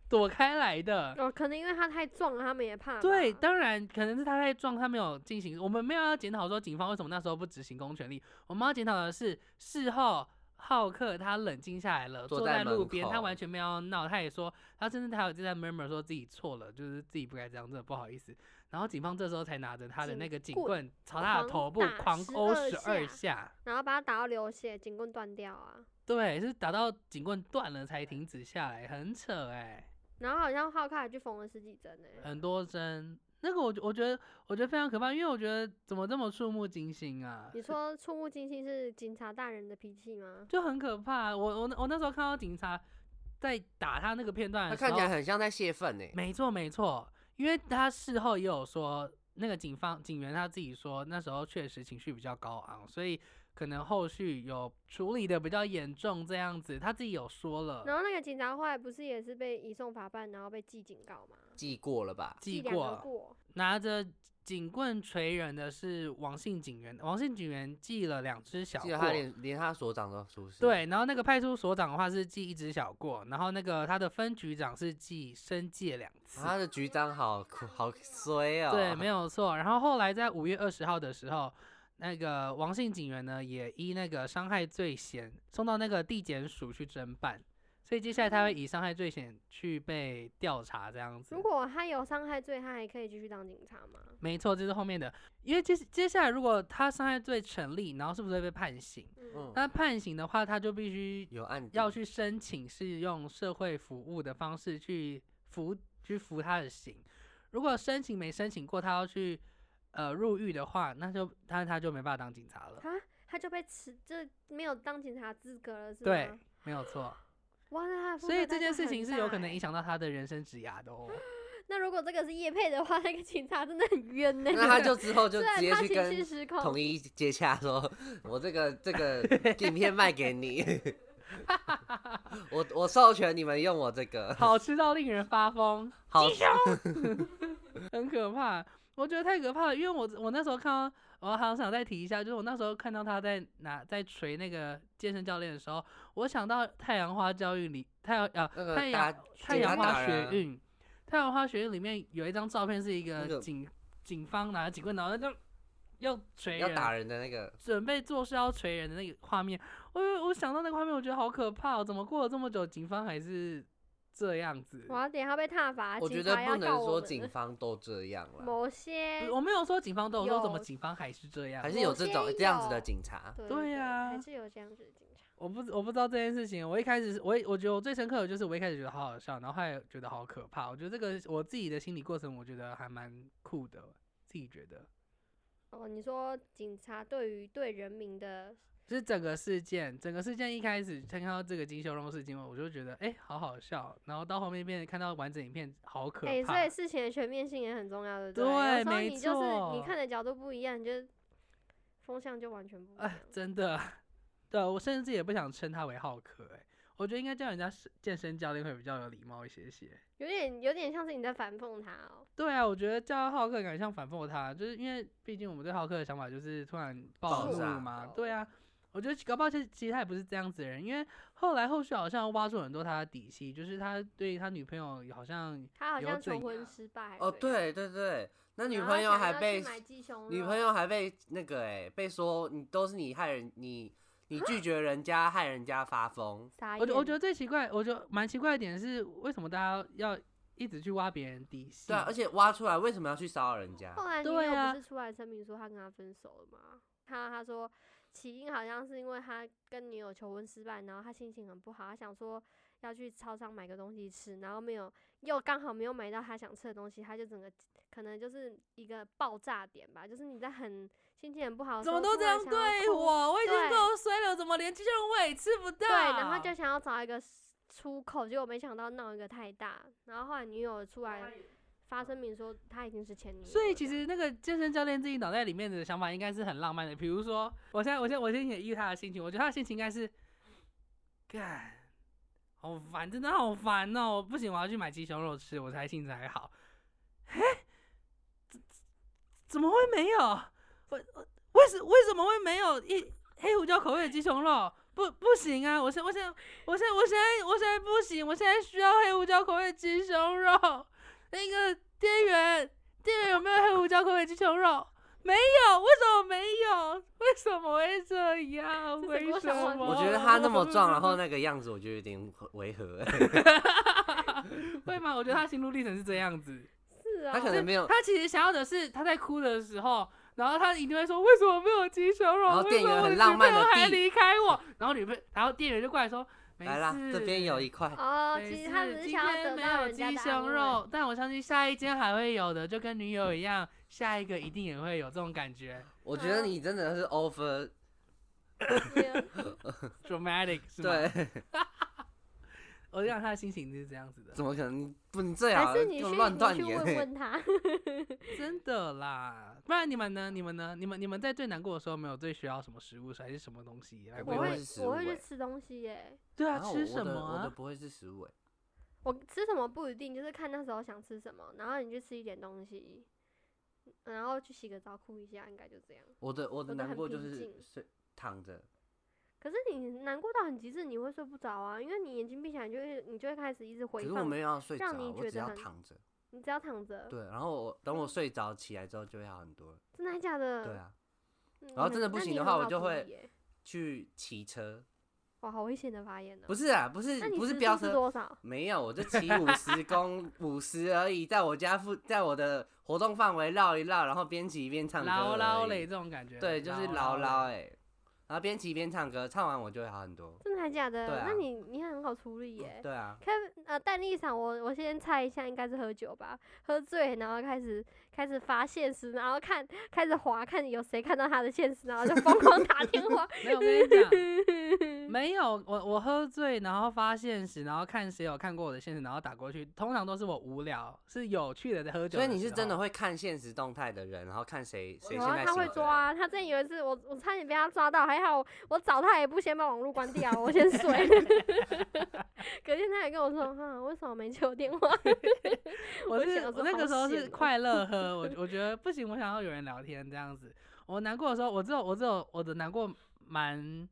Speaker 1: 躲开来的。
Speaker 2: 哦，可能因为他太壮了，他们也怕吧。
Speaker 1: 对，当然可能是他在撞，他没有进行。我们没有要检讨说警方为什么那时候不执行公权力，我们要检讨的是事后浩克他冷静下来了，
Speaker 3: 坐
Speaker 1: 坐
Speaker 3: 在
Speaker 1: 在路
Speaker 3: 门
Speaker 1: 边，他
Speaker 3: 口
Speaker 1: 完全没有闹，他也说他甚至还有就在 murmur 说自己错了，就是自己不该这样，真的不好意思。然后警方这时候才拿着他的
Speaker 2: 警
Speaker 1: 那个警
Speaker 2: 棍
Speaker 1: 棍朝他的
Speaker 2: 狂
Speaker 1: 头部
Speaker 2: 打
Speaker 1: 狂殴
Speaker 2: 12
Speaker 1: 十二
Speaker 2: 下
Speaker 1: 下，
Speaker 2: 然后把他打到流血，警棍断掉啊。
Speaker 1: 对，是打到警棍断了才停止下来，很扯哎、
Speaker 2: 然后好像浩克还去缝了十几针呢、
Speaker 1: 很多针。那个我觉我觉得我觉得非常可怕，因为我觉得怎么这么触目惊心啊？
Speaker 2: 你说触目惊心是警察大人的脾气吗？
Speaker 1: 就很可怕。我我那我那时候看到警察在打他那个片段
Speaker 3: 他
Speaker 1: 的时候，
Speaker 3: 看起来很像在泄愤呢，
Speaker 1: 没错没错，因为他事后也有说，那个警方警员他自己说，那时候确实情绪比较高昂，所以可能后续有处理的比较严重这样子，他自己有说
Speaker 2: 然
Speaker 1: 了，
Speaker 2: 后那个警察后来不是也是被移送法办，然后被记警告吗？
Speaker 3: 记过了吧？
Speaker 1: 记
Speaker 2: 两
Speaker 1: 过
Speaker 2: 个过，
Speaker 1: 拿着警棍锤人的是王姓警员，王姓警员记了两只小
Speaker 3: 记得他
Speaker 1: 过。
Speaker 3: 连连他所长都出事，，
Speaker 1: 对，然后那个派出所长的话是记一只小过，然后那个他的分局长是记申诫两次。
Speaker 2: 啊
Speaker 3: 他的局长好苦好衰哦，
Speaker 1: 对，没有错。然后后来在五月二十号的时候，那个王姓警员呢也依那个伤害罪嫌送到那个地检署去侦办，所以接下来他会以伤害罪嫌去被调查这样子
Speaker 2: 嗯如。果他有伤害罪，他还可以继续当警察吗？
Speaker 1: 没错，这是后面的，因为接接下来如果他伤害罪成立，然后是不是会被判刑？
Speaker 3: 嗯，
Speaker 1: 那判刑的话，他就必须
Speaker 3: 有案底
Speaker 1: 要去申请是用社会服务的方式去服去服他的刑。如果申请没申请过，他要去呃入狱的话，那就那他就没办法当警察了。
Speaker 2: 他他就被辞，这没有当警察资格了，是吗？
Speaker 1: 对，没有错。
Speaker 2: 哇，那他的
Speaker 1: 所
Speaker 2: 负
Speaker 1: 以这
Speaker 2: 担真
Speaker 1: 件
Speaker 2: 的
Speaker 1: 事情
Speaker 2: 很
Speaker 1: 是有
Speaker 2: 大
Speaker 1: 可能
Speaker 2: 欸
Speaker 1: 影响到他的人生职涯的 哦。
Speaker 2: 那如果这个是叶配的话， 那个警察真的很冤呢、
Speaker 3: 那 他 就之后就
Speaker 2: 虽然
Speaker 3: 直接
Speaker 2: 他
Speaker 3: 去
Speaker 2: 情绪
Speaker 3: 跟
Speaker 2: 失
Speaker 3: 统
Speaker 2: 控，
Speaker 3: 一接洽说， 我这个这个影片卖给你，我我授权你们用我这个，
Speaker 1: 好吃到令人发疯，
Speaker 3: 好，
Speaker 1: 很可怕。我觉得太可怕了，因为我我那时候看到，我好想再提一下，就是我那时候看到他在拿在捶那个健身教练的时候，我想到太阳花教育里太阳呃
Speaker 3: 那个
Speaker 1: 太阳太
Speaker 3: 打警察
Speaker 1: 阳花
Speaker 3: 打人
Speaker 1: 学
Speaker 3: 啊
Speaker 1: 运，太阳花学运里面有一张照片是一
Speaker 3: 那个
Speaker 1: 个警警方拿着警棍，然后就要锤
Speaker 3: 要
Speaker 1: 人，
Speaker 3: 打人的那个，
Speaker 1: 准备做事要锤人的那个画面，我我想到那个画面，我觉得好可怕哦！怎么过了这么久，警方还是这样子？
Speaker 2: 我要等一下被踏伐，
Speaker 3: 我
Speaker 2: 啊警
Speaker 3: 觉得
Speaker 2: 察
Speaker 3: 不
Speaker 2: 要告
Speaker 3: 能
Speaker 2: 我
Speaker 3: 说
Speaker 2: 们
Speaker 3: 警方都这样了，
Speaker 2: 某些
Speaker 1: 我没有说警方都有说，怎么
Speaker 2: 有
Speaker 1: 警方还是这样
Speaker 3: 还？是有这种
Speaker 2: 某些
Speaker 3: 这样子的
Speaker 2: 有
Speaker 3: 警察，
Speaker 2: 对
Speaker 1: 对呀
Speaker 2: 还是有这样子的警察。
Speaker 1: 我不我不知道这件事情。我一开始是我我觉得我最深刻的就是我一开始觉得好好笑，然后后来觉得好可怕。我觉得这个我自己的心理过程，我觉得还蛮酷的，自己觉得。
Speaker 2: 哦，你说警察对于对人民的
Speaker 1: 就是整个事件，整个事件一开始看到这个金修荣事件，我就觉得哎、好好笑，然后到后面变得看到完整影片，好可怕。
Speaker 2: 哎、所以事情的全面性也很重要的，对不
Speaker 1: 对
Speaker 2: 有时候
Speaker 1: 没
Speaker 2: 你就是
Speaker 1: 错
Speaker 2: 你看的角度不一样，你就风向就完全不一样。
Speaker 1: 哎，真的，对啊我甚至也不想称他为浩克、哎，我觉得应该叫人家是健身教练会比较有礼貌一些些。
Speaker 2: 有点有点像是你在反讽他哦。
Speaker 1: 对啊，我觉得叫他浩克感觉像反讽他，就是因为毕竟我们对浩克的想法就是突然暴
Speaker 3: 爆
Speaker 1: 怒
Speaker 3: 炸
Speaker 1: 嘛。对啊，我觉得搞不好其实其实他也不是这样子的人，因为后来后续好像挖出很多他的底细，就是他对他女朋友好像
Speaker 2: 他好
Speaker 1: 有
Speaker 2: 像求
Speaker 1: 怎
Speaker 2: 婚
Speaker 1: 样
Speaker 2: 失败。
Speaker 3: 哦，对对对，那女朋友还被女朋友还被那个哎、被说你都是你害人，你你拒绝人家，害人家 发疯。
Speaker 2: 傻眼，
Speaker 1: 我觉我觉得最奇怪，我觉得蛮奇怪的点是，为什么大家要一直去挖别人底细？
Speaker 3: 对啊，而且挖出来为什么要去骚扰人家？
Speaker 2: 后来女
Speaker 1: 对
Speaker 2: 友
Speaker 1: 啊
Speaker 2: 不是出来声明说他跟他分手了吗？他他说起因好像是因为他跟女友求婚失败，然后他心情很不好，他想说要去超商买个东西吃，然后没有又刚好没有买到他想吃的东西，他就整个可能就是一个爆炸点吧，就是你在很心情很不好的时
Speaker 1: 怎
Speaker 2: 候，
Speaker 1: 么都这样
Speaker 2: 突然想
Speaker 1: 对
Speaker 2: 要哭
Speaker 1: 我？我已经
Speaker 2: 对
Speaker 1: 够衰了，怎么连鸡胸肉我也吃不到？
Speaker 2: 对，然后就想要找一个 s- 出口，结果没想到闹一个太大，然后后来女友出来发声明说她已经是前女友了这
Speaker 1: 所
Speaker 2: 样，
Speaker 1: 以其实那个健身教练自己脑袋里面的想法应该是很浪漫的，比如说，我现在我现在我先演绎他的心情，我觉得他的心情应该是，干，好烦，真的好烦哦！不行，我要去买鸡胸肉吃，我才心情才好。哎，怎怎怎么会没有？我我为什为什么会没有一黑胡椒口味的鸡胸肉？不不行啊！我现我现在我现在我现在我现在不行，我现在需要黑胡椒口味的鸡胸肉。那个店员，店员有没有黑胡椒口味鸡胸肉？没有，为什么没有？为什么会这样？
Speaker 2: 这是
Speaker 1: 为
Speaker 2: 郭
Speaker 1: 什
Speaker 2: 小
Speaker 1: 么
Speaker 2: 王？
Speaker 3: 我觉得他那么壮，然后那个样子，我觉得有点违和。
Speaker 1: 会吗？我觉得他心路历程是这样子，
Speaker 2: 是啊，
Speaker 3: 他可能没有，
Speaker 1: 他其实想要的是他在哭的时候，然后他一定会说为什么没有鸡胸肉？
Speaker 3: 然后
Speaker 1: 为什
Speaker 3: 店
Speaker 1: 么
Speaker 3: 员
Speaker 1: 我
Speaker 3: 很
Speaker 1: 女
Speaker 3: 浪
Speaker 1: 朋
Speaker 3: 漫地
Speaker 1: 友还
Speaker 3: 递
Speaker 1: 离开我？然后女朋，然后店员就过来说，没
Speaker 3: 来啦，
Speaker 1: 事
Speaker 3: 这边有一块。
Speaker 2: 哦，
Speaker 1: 没
Speaker 2: 其实他
Speaker 1: 事
Speaker 2: 只是
Speaker 1: 今
Speaker 2: 想要
Speaker 1: 天
Speaker 2: 得
Speaker 1: 没
Speaker 2: 到
Speaker 1: 有
Speaker 2: 人家
Speaker 1: 鸡
Speaker 2: 的
Speaker 1: 胸
Speaker 2: 安慰
Speaker 1: 肉，但我相信下一间还会有的，就跟女友一样，下一个一定也会有这种感觉
Speaker 3: 我觉
Speaker 2: 嗯
Speaker 3: 得你真的是 over，
Speaker 2: 没有
Speaker 1: ，dramatic 是吗？，
Speaker 3: 对，
Speaker 1: 我想他的心情是这样子的，
Speaker 3: 怎么可能？你不，你最好
Speaker 2: 还是你去
Speaker 3: 啊就乱断
Speaker 2: 你去
Speaker 3: 言
Speaker 2: 问
Speaker 3: 欸。
Speaker 2: 问他，
Speaker 1: 真的啦，不然你们呢？你们呢？你们你们在最难过的时候，没有最需要什么食物还是什么东西来
Speaker 3: 我
Speaker 1: 慰
Speaker 2: 我
Speaker 1: 问
Speaker 3: 也
Speaker 2: 会
Speaker 3: 会？是食
Speaker 2: 我会
Speaker 3: 物
Speaker 2: 去
Speaker 3: 欸
Speaker 2: 吃东西耶，
Speaker 1: 对啊，
Speaker 3: 然后我
Speaker 1: 吃什么
Speaker 3: 我的我的
Speaker 1: 啊？
Speaker 3: 不会是食物欸，
Speaker 2: 我吃什么不一定，就是看那时候想吃什么，然后你去吃一点东西，然后去洗个澡哭一下，应该就这样。
Speaker 3: 我的我的
Speaker 2: 我的
Speaker 3: 难
Speaker 2: 很
Speaker 3: 过就
Speaker 2: 平
Speaker 3: 是
Speaker 2: 静
Speaker 3: 睡躺着，
Speaker 2: 可是你难过到很极致，你会睡不着啊，因为你眼睛闭起来，你就会你就会开始一直
Speaker 3: 可
Speaker 2: 回
Speaker 3: 是我
Speaker 2: 放
Speaker 3: 没有要睡着啊
Speaker 2: 让，你
Speaker 3: 我
Speaker 2: 觉
Speaker 3: 只
Speaker 2: 得
Speaker 3: 要
Speaker 2: 很呃
Speaker 3: 躺着。
Speaker 2: 你只要躺着，
Speaker 3: 对，然后我等我睡着起来之后就会好很多了。
Speaker 2: 真的还假的？
Speaker 3: 对啊，
Speaker 2: 嗯，
Speaker 3: 然后
Speaker 2: 你
Speaker 3: 真的不
Speaker 2: 那
Speaker 3: 行
Speaker 2: 你
Speaker 3: 的
Speaker 2: 很
Speaker 3: 话我
Speaker 2: 好
Speaker 3: 就
Speaker 2: 主
Speaker 3: 会
Speaker 2: 意耶
Speaker 3: 去骑车，
Speaker 2: 哇，好危险的发言呢、哦
Speaker 3: 不是啊，不
Speaker 2: 嗯那
Speaker 3: 是
Speaker 2: 你
Speaker 3: 不是
Speaker 2: 时
Speaker 3: 飙
Speaker 2: 速
Speaker 3: 车，
Speaker 2: 多少？
Speaker 3: 没有，我就骑五十公 五十而已，在我家附，在我的活动范围绕一绕，然后边骑边唱歌
Speaker 1: 唠
Speaker 3: 而
Speaker 1: 唠
Speaker 3: 已
Speaker 1: 嘞，这种感觉。
Speaker 3: 对，就是
Speaker 1: 唠
Speaker 3: 唠唠。哎，然后边骑边唱歌，唱完我就会好很多。
Speaker 2: 真的还假的？
Speaker 3: 对啊
Speaker 2: 那你你很好处理耶。
Speaker 3: 对啊，
Speaker 2: Kevin，呃，蛋力场，我我先猜一下，应该是喝酒吧，喝醉，然后开始开始发现实，然后看开始滑，看有谁看到他的现实，然后就疯狂打电话。
Speaker 3: 哎
Speaker 1: 没有，我跟你讲， 没有，我我喝醉，然后发现实，然后看谁有看过我的现实，然后打过去，通常都是我无聊，是有趣的在喝酒。
Speaker 3: 所以你是真的。会看现实动态的人，然后看谁 谁现
Speaker 2: 然后
Speaker 3: 在
Speaker 2: 他
Speaker 3: 醒
Speaker 2: 会
Speaker 3: 着
Speaker 2: 抓啊、他之前有一次我我差点被他抓到，还好我我找他也不先把网络关掉，我先睡 了。隔天他也跟我说，哈，为什么没接我电话？
Speaker 1: 我
Speaker 2: 我
Speaker 1: 是
Speaker 2: 想
Speaker 1: 我
Speaker 2: 说
Speaker 1: 那
Speaker 2: 好
Speaker 1: 个时候是
Speaker 2: 险哦
Speaker 1: 快乐喝，我我觉得不行，我想要有人聊天这样子。我难过的时候，我只有我只有我的难过蛮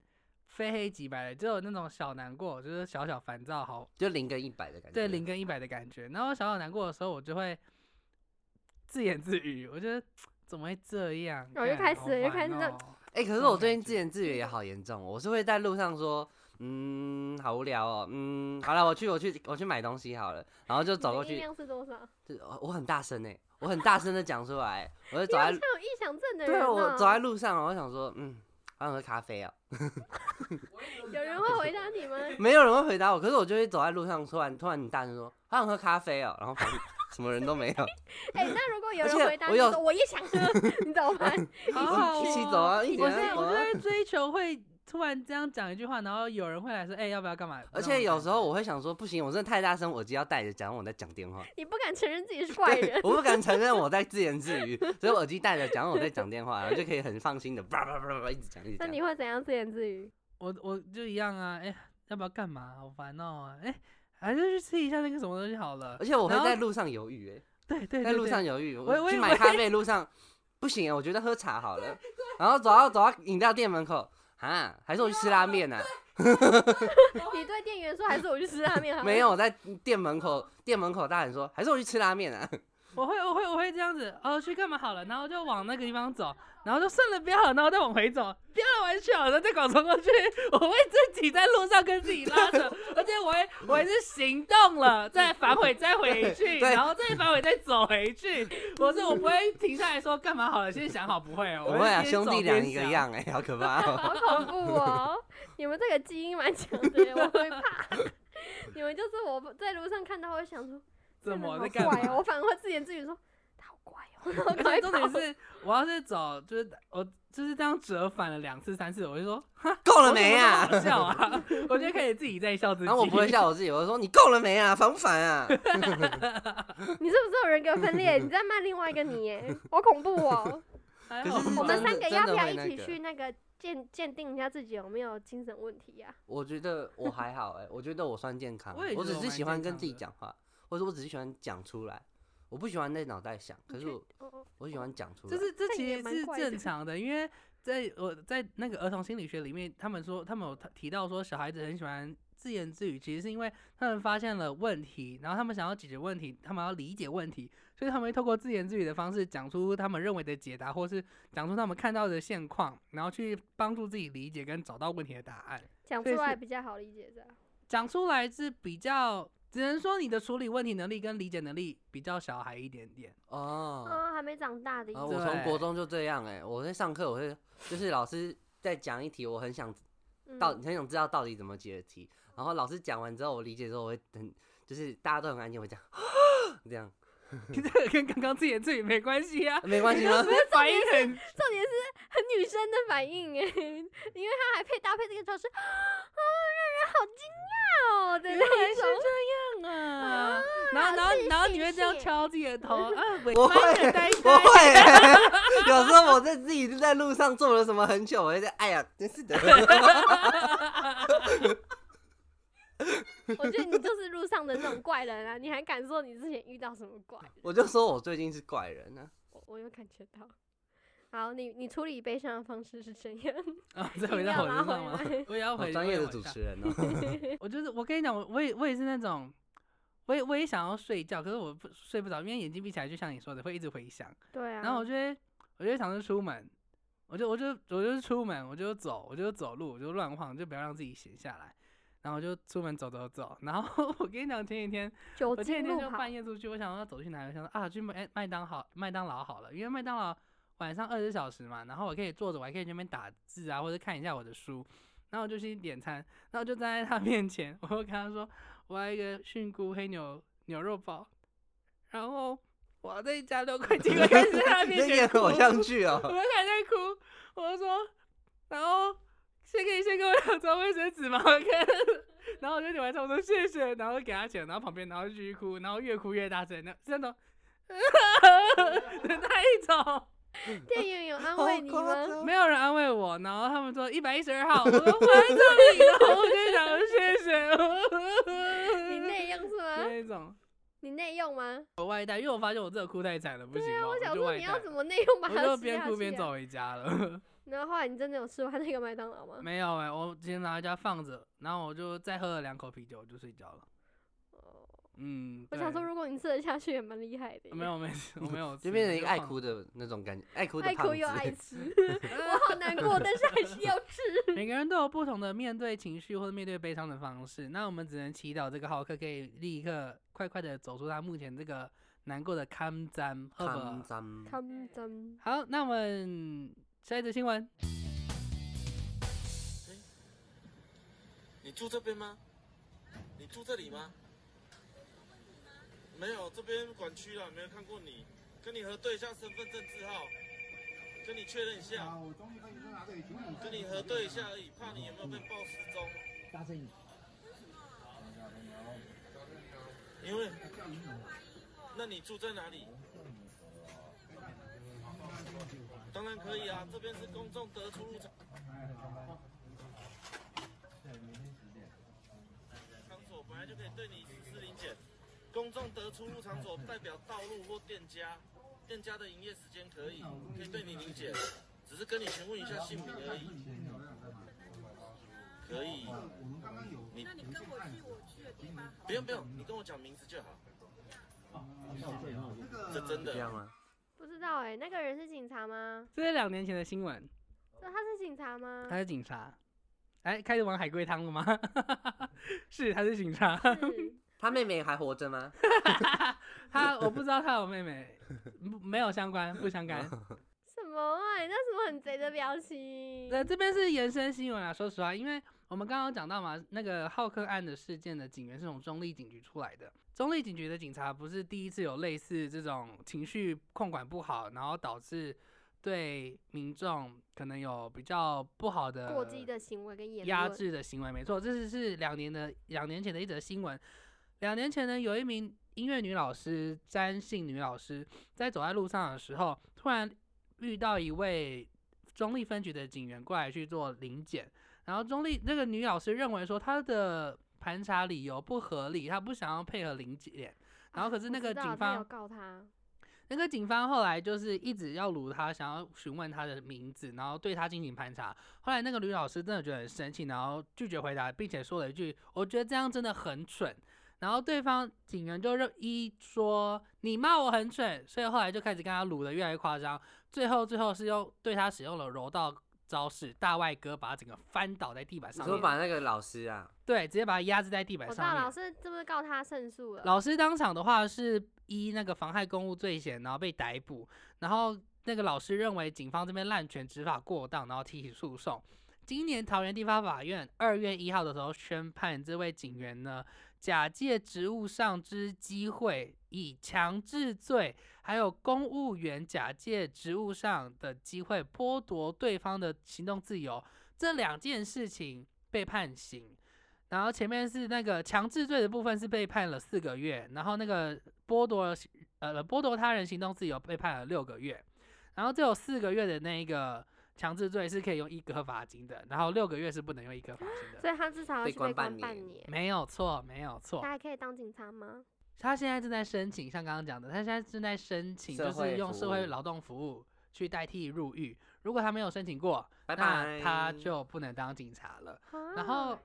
Speaker 1: 非黑即白的，只有那种小难过，就是小小烦躁，好
Speaker 3: 就零跟一百的感觉。
Speaker 1: 对零跟一百的感觉。然后小小难过的时候，我就会自言自语，我觉得怎么会这样？
Speaker 2: 我哦又
Speaker 1: 干
Speaker 2: 开
Speaker 1: 好
Speaker 2: 始了又
Speaker 1: 烦
Speaker 2: 开始这 样
Speaker 1: 哦
Speaker 3: 哎、可
Speaker 1: 这
Speaker 3: 是
Speaker 1: 种
Speaker 3: 我最
Speaker 1: 感
Speaker 3: 近
Speaker 1: 觉
Speaker 3: 自言自语也好严重哦，我是会在路上说，嗯，好无聊哦，嗯，好了，我去，我去，我去买东西好了，然后就走过
Speaker 2: 你的音
Speaker 3: 去，
Speaker 2: 量是多少？
Speaker 3: 就我很大声哎、我很大声的讲出来欸，我就走在，
Speaker 2: 像有臆想症的人、
Speaker 3: 对，啊
Speaker 2: 哦。
Speaker 3: 我走在路上，我想说，嗯，好想喝咖啡哦，
Speaker 2: 有人会回答你 吗？
Speaker 3: 没有人会回答我，可是我就会走在路上，突然突然很大声说，好想喝咖啡哦，然后旁边什么人都 没有，
Speaker 2: 哎、那如果有
Speaker 3: 而
Speaker 2: 人
Speaker 3: 且
Speaker 2: 回答
Speaker 3: 我
Speaker 2: 你
Speaker 3: 有
Speaker 2: 说我也想喝，你怎么办？
Speaker 1: 好好
Speaker 3: 一起
Speaker 1: 哦
Speaker 3: 走啊，一起
Speaker 1: 我现
Speaker 3: 啊
Speaker 1: 在
Speaker 3: 走
Speaker 1: 我就
Speaker 3: 啊，
Speaker 1: 在追求会突然这样讲一句话，然后有人会来说，哎、要不要干嘛？那
Speaker 3: 而且
Speaker 1: 种
Speaker 3: 有
Speaker 1: 感
Speaker 3: 时候
Speaker 1: 觉
Speaker 3: 我会想说，不行，我真的太大声，耳机要戴着，假装我在讲电话。，
Speaker 2: 你不敢承认自己是坏人
Speaker 3: 我不敢承认我在自言自语，所以我耳机戴着，假装我在讲电话，然后就可以很放心的叭叭叭叭一直讲一直
Speaker 2: 那
Speaker 3: 讲。
Speaker 2: 你会怎样自言自语？
Speaker 1: 我我就一样啊，哎、要不要干嘛？好烦哦、啊，哎、还是去吃一下那个什么东西好了
Speaker 3: 而。且我会
Speaker 1: 然后
Speaker 3: 在路上犹豫、欸，
Speaker 1: 对对对
Speaker 3: 在路
Speaker 1: 对
Speaker 3: 上犹豫，
Speaker 1: 我我
Speaker 3: 去
Speaker 1: 以
Speaker 3: 买
Speaker 1: 为
Speaker 3: 咖啡的路上不行、啊，我觉得喝茶好了。然后走到走到饮料店门口，啊，还是我去吃拉面呢、啊？
Speaker 2: 你对店员说还是我去吃拉面好了？
Speaker 3: 没有，我在店门口店门口大喊说，还是我去吃拉面啊？
Speaker 1: 我会我会我会这样子，哦，去干嘛好了，然后就往那个地方走，然后就算了，不要了，然后再往回走，不要了，我还是去好了，再搞冲过去，我会自己在路上跟自己拉扯，而且我还我还是行动了，再反悔再回去，
Speaker 3: 对
Speaker 1: 然后再反悔再走回去，我是我不会停下来说干嘛好了，先想好不会哦，
Speaker 3: 我们
Speaker 1: 会边
Speaker 3: 俩啊兄
Speaker 1: 走
Speaker 3: 弟俩
Speaker 1: 边
Speaker 3: 一个
Speaker 1: 想，
Speaker 3: 样、欸，哎，好可怕 哦、
Speaker 2: 好恐怖哦！你们这个基因蛮强的耶，我会怕。 你们就是我在路上看到，我会想说，这
Speaker 1: 怎
Speaker 2: 人
Speaker 1: 么
Speaker 2: 好
Speaker 1: 在干
Speaker 2: 怪
Speaker 1: 嘛
Speaker 2: 哦？？我反而会自言自语说，他好怪哦， 然后
Speaker 1: 而
Speaker 2: 赶
Speaker 1: 且
Speaker 2: 快
Speaker 1: 重点
Speaker 2: 跑
Speaker 1: 是，我要是走，就是我就是这样折返了两次三次，我就说
Speaker 3: 够
Speaker 1: 我
Speaker 3: 了没啊？
Speaker 1: 怎么这么好笑啊！ 我就开始自己在笑自己。
Speaker 3: 然后我 不会笑我自己，我就说你够了没啊？烦不烦啊？
Speaker 2: 你是不是有人格分裂？你在骂另外一个你耶，好恐怖 哦！
Speaker 1: 还
Speaker 3: 可
Speaker 1: 好
Speaker 3: 是
Speaker 1: 吧
Speaker 2: 我们
Speaker 3: 真的
Speaker 2: 三个要不要
Speaker 3: 真
Speaker 2: 一起
Speaker 3: 的会那个
Speaker 2: 去那个鉴鉴定一下自己有没有精神问题啊呀、
Speaker 3: 我觉得我还好哎、我觉得我算健康
Speaker 1: 我也
Speaker 3: 的，
Speaker 1: 觉
Speaker 3: 我
Speaker 1: 得
Speaker 3: 只
Speaker 1: 我
Speaker 3: 是
Speaker 1: 蛮
Speaker 3: 喜欢
Speaker 1: 健
Speaker 3: 跟
Speaker 1: 康
Speaker 3: 自己
Speaker 1: 的
Speaker 3: 讲话，或者我只是喜欢讲出来，我不喜欢在脑袋想，可是我
Speaker 2: 哦哦，
Speaker 3: 我喜欢讲出来。
Speaker 1: 就是这
Speaker 2: 但
Speaker 1: 其
Speaker 2: 也
Speaker 1: 实
Speaker 2: 蛮
Speaker 1: 是
Speaker 2: 怪
Speaker 1: 正
Speaker 2: 的
Speaker 1: 常的，因为在我在那个儿童心理学里面，他们说他们有提到说小孩子很喜欢自言自语，其实是因为他们发现了问题，然后他们想要解决问题，他们要理解问题，所以他们会透过自言自语的方式讲出他们认为的解答，或是讲出他们看到的现况，然后去帮助自己理解跟找到问题的答案。
Speaker 2: 讲
Speaker 1: 所以
Speaker 2: 出来
Speaker 1: 是
Speaker 2: 比较好理解，这样。
Speaker 1: 讲出来是比较，只能说你的处理问题能力跟理解能力比较小孩一点点。
Speaker 3: 哦，
Speaker 2: 啊，还没长大的意
Speaker 3: 啊，
Speaker 2: 思。
Speaker 3: 我从
Speaker 1: 对
Speaker 3: 国中就这样哎、我在上课我会就是老师在讲一题，我很想到
Speaker 2: 嗯、
Speaker 3: 很想知道到底怎么解的题，然后老师讲完之后我理解之后我会很就是大家都很安静，我会这样 这样
Speaker 1: 你这个跟刚刚自言自语没关系啊，
Speaker 3: 没关系吗？
Speaker 1: 反应很
Speaker 2: 重点是很女生的反应 哎，因为她还配搭配这个招式，啊，让人好惊讶哦的那一种。
Speaker 1: 这样啊，然后然后
Speaker 2: 谢
Speaker 1: 然后
Speaker 2: 谢
Speaker 1: 你会这样
Speaker 2: 谢
Speaker 1: 敲自己的头，啊，尾
Speaker 3: 我
Speaker 1: 巴
Speaker 3: 会
Speaker 1: 的呆
Speaker 3: 我
Speaker 1: 呆，
Speaker 3: 会欸、有时候我在自己在路上做了什么很久，我会在哎呀，真是的。
Speaker 2: 我觉得你就是路上的那种怪人啊，你还敢说你之前遇到什么怪人？
Speaker 3: 我就说我最近是怪人啊呢、
Speaker 2: 我我有感觉到。好，你你处理悲伤的方式是怎 样？
Speaker 1: 啊，再回到
Speaker 2: 要
Speaker 1: 我身
Speaker 2: 拉
Speaker 1: 上
Speaker 2: 回
Speaker 1: 吗
Speaker 2: 来？
Speaker 1: 我也要
Speaker 3: 啊，
Speaker 1: 哦回
Speaker 3: 好专业的
Speaker 1: 我也要
Speaker 3: 主
Speaker 1: 回
Speaker 3: 持人哦。
Speaker 1: 我就是我跟你讲，我我也我也是那种，我也我也想要睡觉，可是我不睡不着，因为眼睛闭起来，就像你说的会一直回响。
Speaker 2: 对啊，
Speaker 1: 然后我就会我就会想着出门，我就我就我就出门，我就走，我就走路，我就乱晃，就不要让自己闲下来。然后我就出门走走走，然后我跟你讲，前几天
Speaker 2: 酒
Speaker 1: 我前
Speaker 2: 精
Speaker 1: 几天
Speaker 2: 路
Speaker 1: 就
Speaker 2: 跑
Speaker 1: 半，夜出去，我想要走去哪里，我想说啊，去麦麦当好麦当劳好了，因为麦当劳晚上二十小时嘛，然后我可以坐着，我还可以去那边打字啊，或者看一下我的书。然后我就去点餐，然后我就站在他面前，我就跟他说，我要一个菌菇黑牛牛肉包，然后我要再加六块鸡块，开始在他
Speaker 3: 你
Speaker 1: 面
Speaker 3: 在
Speaker 1: 前
Speaker 3: 演
Speaker 1: 哭，
Speaker 3: 偶像剧
Speaker 1: 我
Speaker 3: 哦。
Speaker 1: 们还在哭，我就说，然后先可以先给我两张卫生纸吗？我看， 然后我就点完餐，我说谢谢，然后给他钱，然后旁边然后就继续哭，然后越哭越大声，那是那 种的那一种，
Speaker 2: 店员有安慰你
Speaker 3: 夸
Speaker 2: 吗？
Speaker 3: 张
Speaker 1: 没有人安慰我，然后他们说一百一十二号，我说我在这里，然后我就想说谢
Speaker 2: 啊你
Speaker 1: 谢，
Speaker 2: 内用是吗？
Speaker 1: 那一种
Speaker 2: 你内用吗？
Speaker 1: 我外带，因为我发现我这个哭太惨了，不行了，
Speaker 2: 啊我想
Speaker 1: 就
Speaker 2: 说
Speaker 1: 外
Speaker 2: 你
Speaker 1: 带
Speaker 2: 要怎么内用把
Speaker 1: 我
Speaker 2: 它
Speaker 1: 就
Speaker 2: 吃
Speaker 1: 边
Speaker 2: 下
Speaker 1: 哭
Speaker 2: 去
Speaker 1: 边
Speaker 2: 啊
Speaker 1: 走回家了。
Speaker 2: 然后后来你真的有吃完那个麦当劳 吗？
Speaker 1: 没有哎、我先拿回家放着，然后我就再喝了两口啤酒，我就睡觉了。
Speaker 2: 哦，
Speaker 1: 嗯，
Speaker 2: 我想
Speaker 1: 对
Speaker 2: 说，如果你吃得下去，也蛮厉害的耶。
Speaker 1: 没 有没事，我没有吃，
Speaker 3: 就变成
Speaker 1: 我
Speaker 3: 一个爱
Speaker 1: 放
Speaker 3: 哭的那种感觉，爱哭的
Speaker 2: 爱
Speaker 3: 胖
Speaker 2: 哭
Speaker 3: 子。
Speaker 2: 又 爱吃， 我好难过，但是还是要吃。
Speaker 1: 着。每个人都有不同的面对情绪或者面对悲伤的方式，那我们只能祈祷这个浩克可以立刻快快的走出他目前这个难过的坎站，好不好
Speaker 3: 康？张
Speaker 2: 他们真
Speaker 1: 好，那我们下一则新闻，
Speaker 4: 你住这边吗？你住这里吗？没有，这边管区了，没有看过你。跟你核对一下身份证字号，跟你确认一下。
Speaker 5: 啊，我东西可以拿这里，请你
Speaker 4: 跟你核对一下而已，怕你有没有被报失踪。
Speaker 5: 大正，
Speaker 4: 因为，那你住在哪里？当然可以啊，这边是公众得出入场场所，本来就可以对你实施临检。公众得出入场所代表道路或店家，店家的营业时间可以，可以对你临检，只是跟你询问一下姓名而已。可以，你
Speaker 6: 那你跟我去我去的地方好
Speaker 4: 不用不用，你跟我讲名字就好。这真
Speaker 3: 啊这样
Speaker 4: 的，
Speaker 3: 吗？
Speaker 2: 不知道哎、那个人是警察吗？
Speaker 1: 这是两年前的新闻，
Speaker 2: 这他是警察吗？
Speaker 1: 他是警察。哎，开始玩海龟汤了吗？ 是，他是警察。
Speaker 2: 是
Speaker 3: 他妹妹还活着吗？
Speaker 1: 他我不知道他有妹妹，不没有相关，不相干。
Speaker 2: 什么哎、那什么很贼的表情？
Speaker 1: 那这边是延伸新闻啊，说实话，因为我们刚刚讲到嘛，那个浩克案的事件的警员是从中立警局出来的。中立警局的警察不是第一次有类似这种情绪控管不好，然后导致对民众可能有比较不好的
Speaker 2: 过激的行为跟言
Speaker 1: 压
Speaker 2: 论，
Speaker 1: 制的行为，没错，这是是两年的两年前的一则新闻。两年前呢，有一名音乐女老师，詹姓女老师，在走在路上的时候，突然遇到一位中立分局的警员过来去做临检，然后中立那个女老师认为说她的盘查理由不合理，她不想要配合临检，然后可是
Speaker 2: 啊我
Speaker 1: 那
Speaker 2: 知
Speaker 1: 个
Speaker 2: 道
Speaker 1: 警
Speaker 2: 他
Speaker 1: 方
Speaker 2: 有告他，
Speaker 1: 那个警方后来就是一直要掳他，想要询问他的名字，然后对他进行盘查。后来那个吕老师真的觉得很生气，然后拒绝回答，并且说了一句：“我觉得这样真的很蠢。”然后对方警员就认一说：“你骂我很蠢。”所以后来就开始跟他掳的越来越夸张，最后最后是用对他使用了柔道招式，大外哥把他整个翻倒在地板
Speaker 3: 你
Speaker 1: 上
Speaker 3: 说
Speaker 1: 面，
Speaker 3: 把那个老师啊，
Speaker 1: 对，直接把他压制在地板
Speaker 2: 我知
Speaker 1: 上
Speaker 2: 道
Speaker 1: 面
Speaker 2: 老。师是不是告他胜诉了？
Speaker 1: 老师当场的话是依那个妨害公务罪嫌，然后被逮捕。然后那个老师认为警方这边滥权执法过当，然后提起诉讼。今年桃园地方法院二月一号的时候宣判，这位警员呢，假借职务上之机会，以强制罪，还有公务员假借职务上的机会剥夺对方的行动自由，这两件事情被判刑。然后前面是那个强制罪的部分是被判了四个月，然后那个剥夺了呃剥夺他人行动自由被判了六个月，然后只有四个月的那一个强制罪是可以用一颗罚金的，然后六个月是不能用一颗罚金的。
Speaker 2: 所以他至少要
Speaker 3: 被
Speaker 2: 去
Speaker 3: 关
Speaker 2: 被
Speaker 3: 半
Speaker 2: 关半
Speaker 3: 年
Speaker 2: 年。
Speaker 1: 没有错，没有错
Speaker 2: 他。还可以当警察吗？
Speaker 1: 他现在正在申请，像刚刚讲的，他现在正在申请，
Speaker 3: 社
Speaker 1: 就
Speaker 3: 会
Speaker 1: 是用
Speaker 3: 服
Speaker 1: 社会
Speaker 3: 务
Speaker 1: 劳动服务去代替入狱。如果他没有申请过，
Speaker 3: 拜
Speaker 1: 那
Speaker 3: 拜。
Speaker 1: 他就不能当警察了。
Speaker 2: 然
Speaker 1: 然后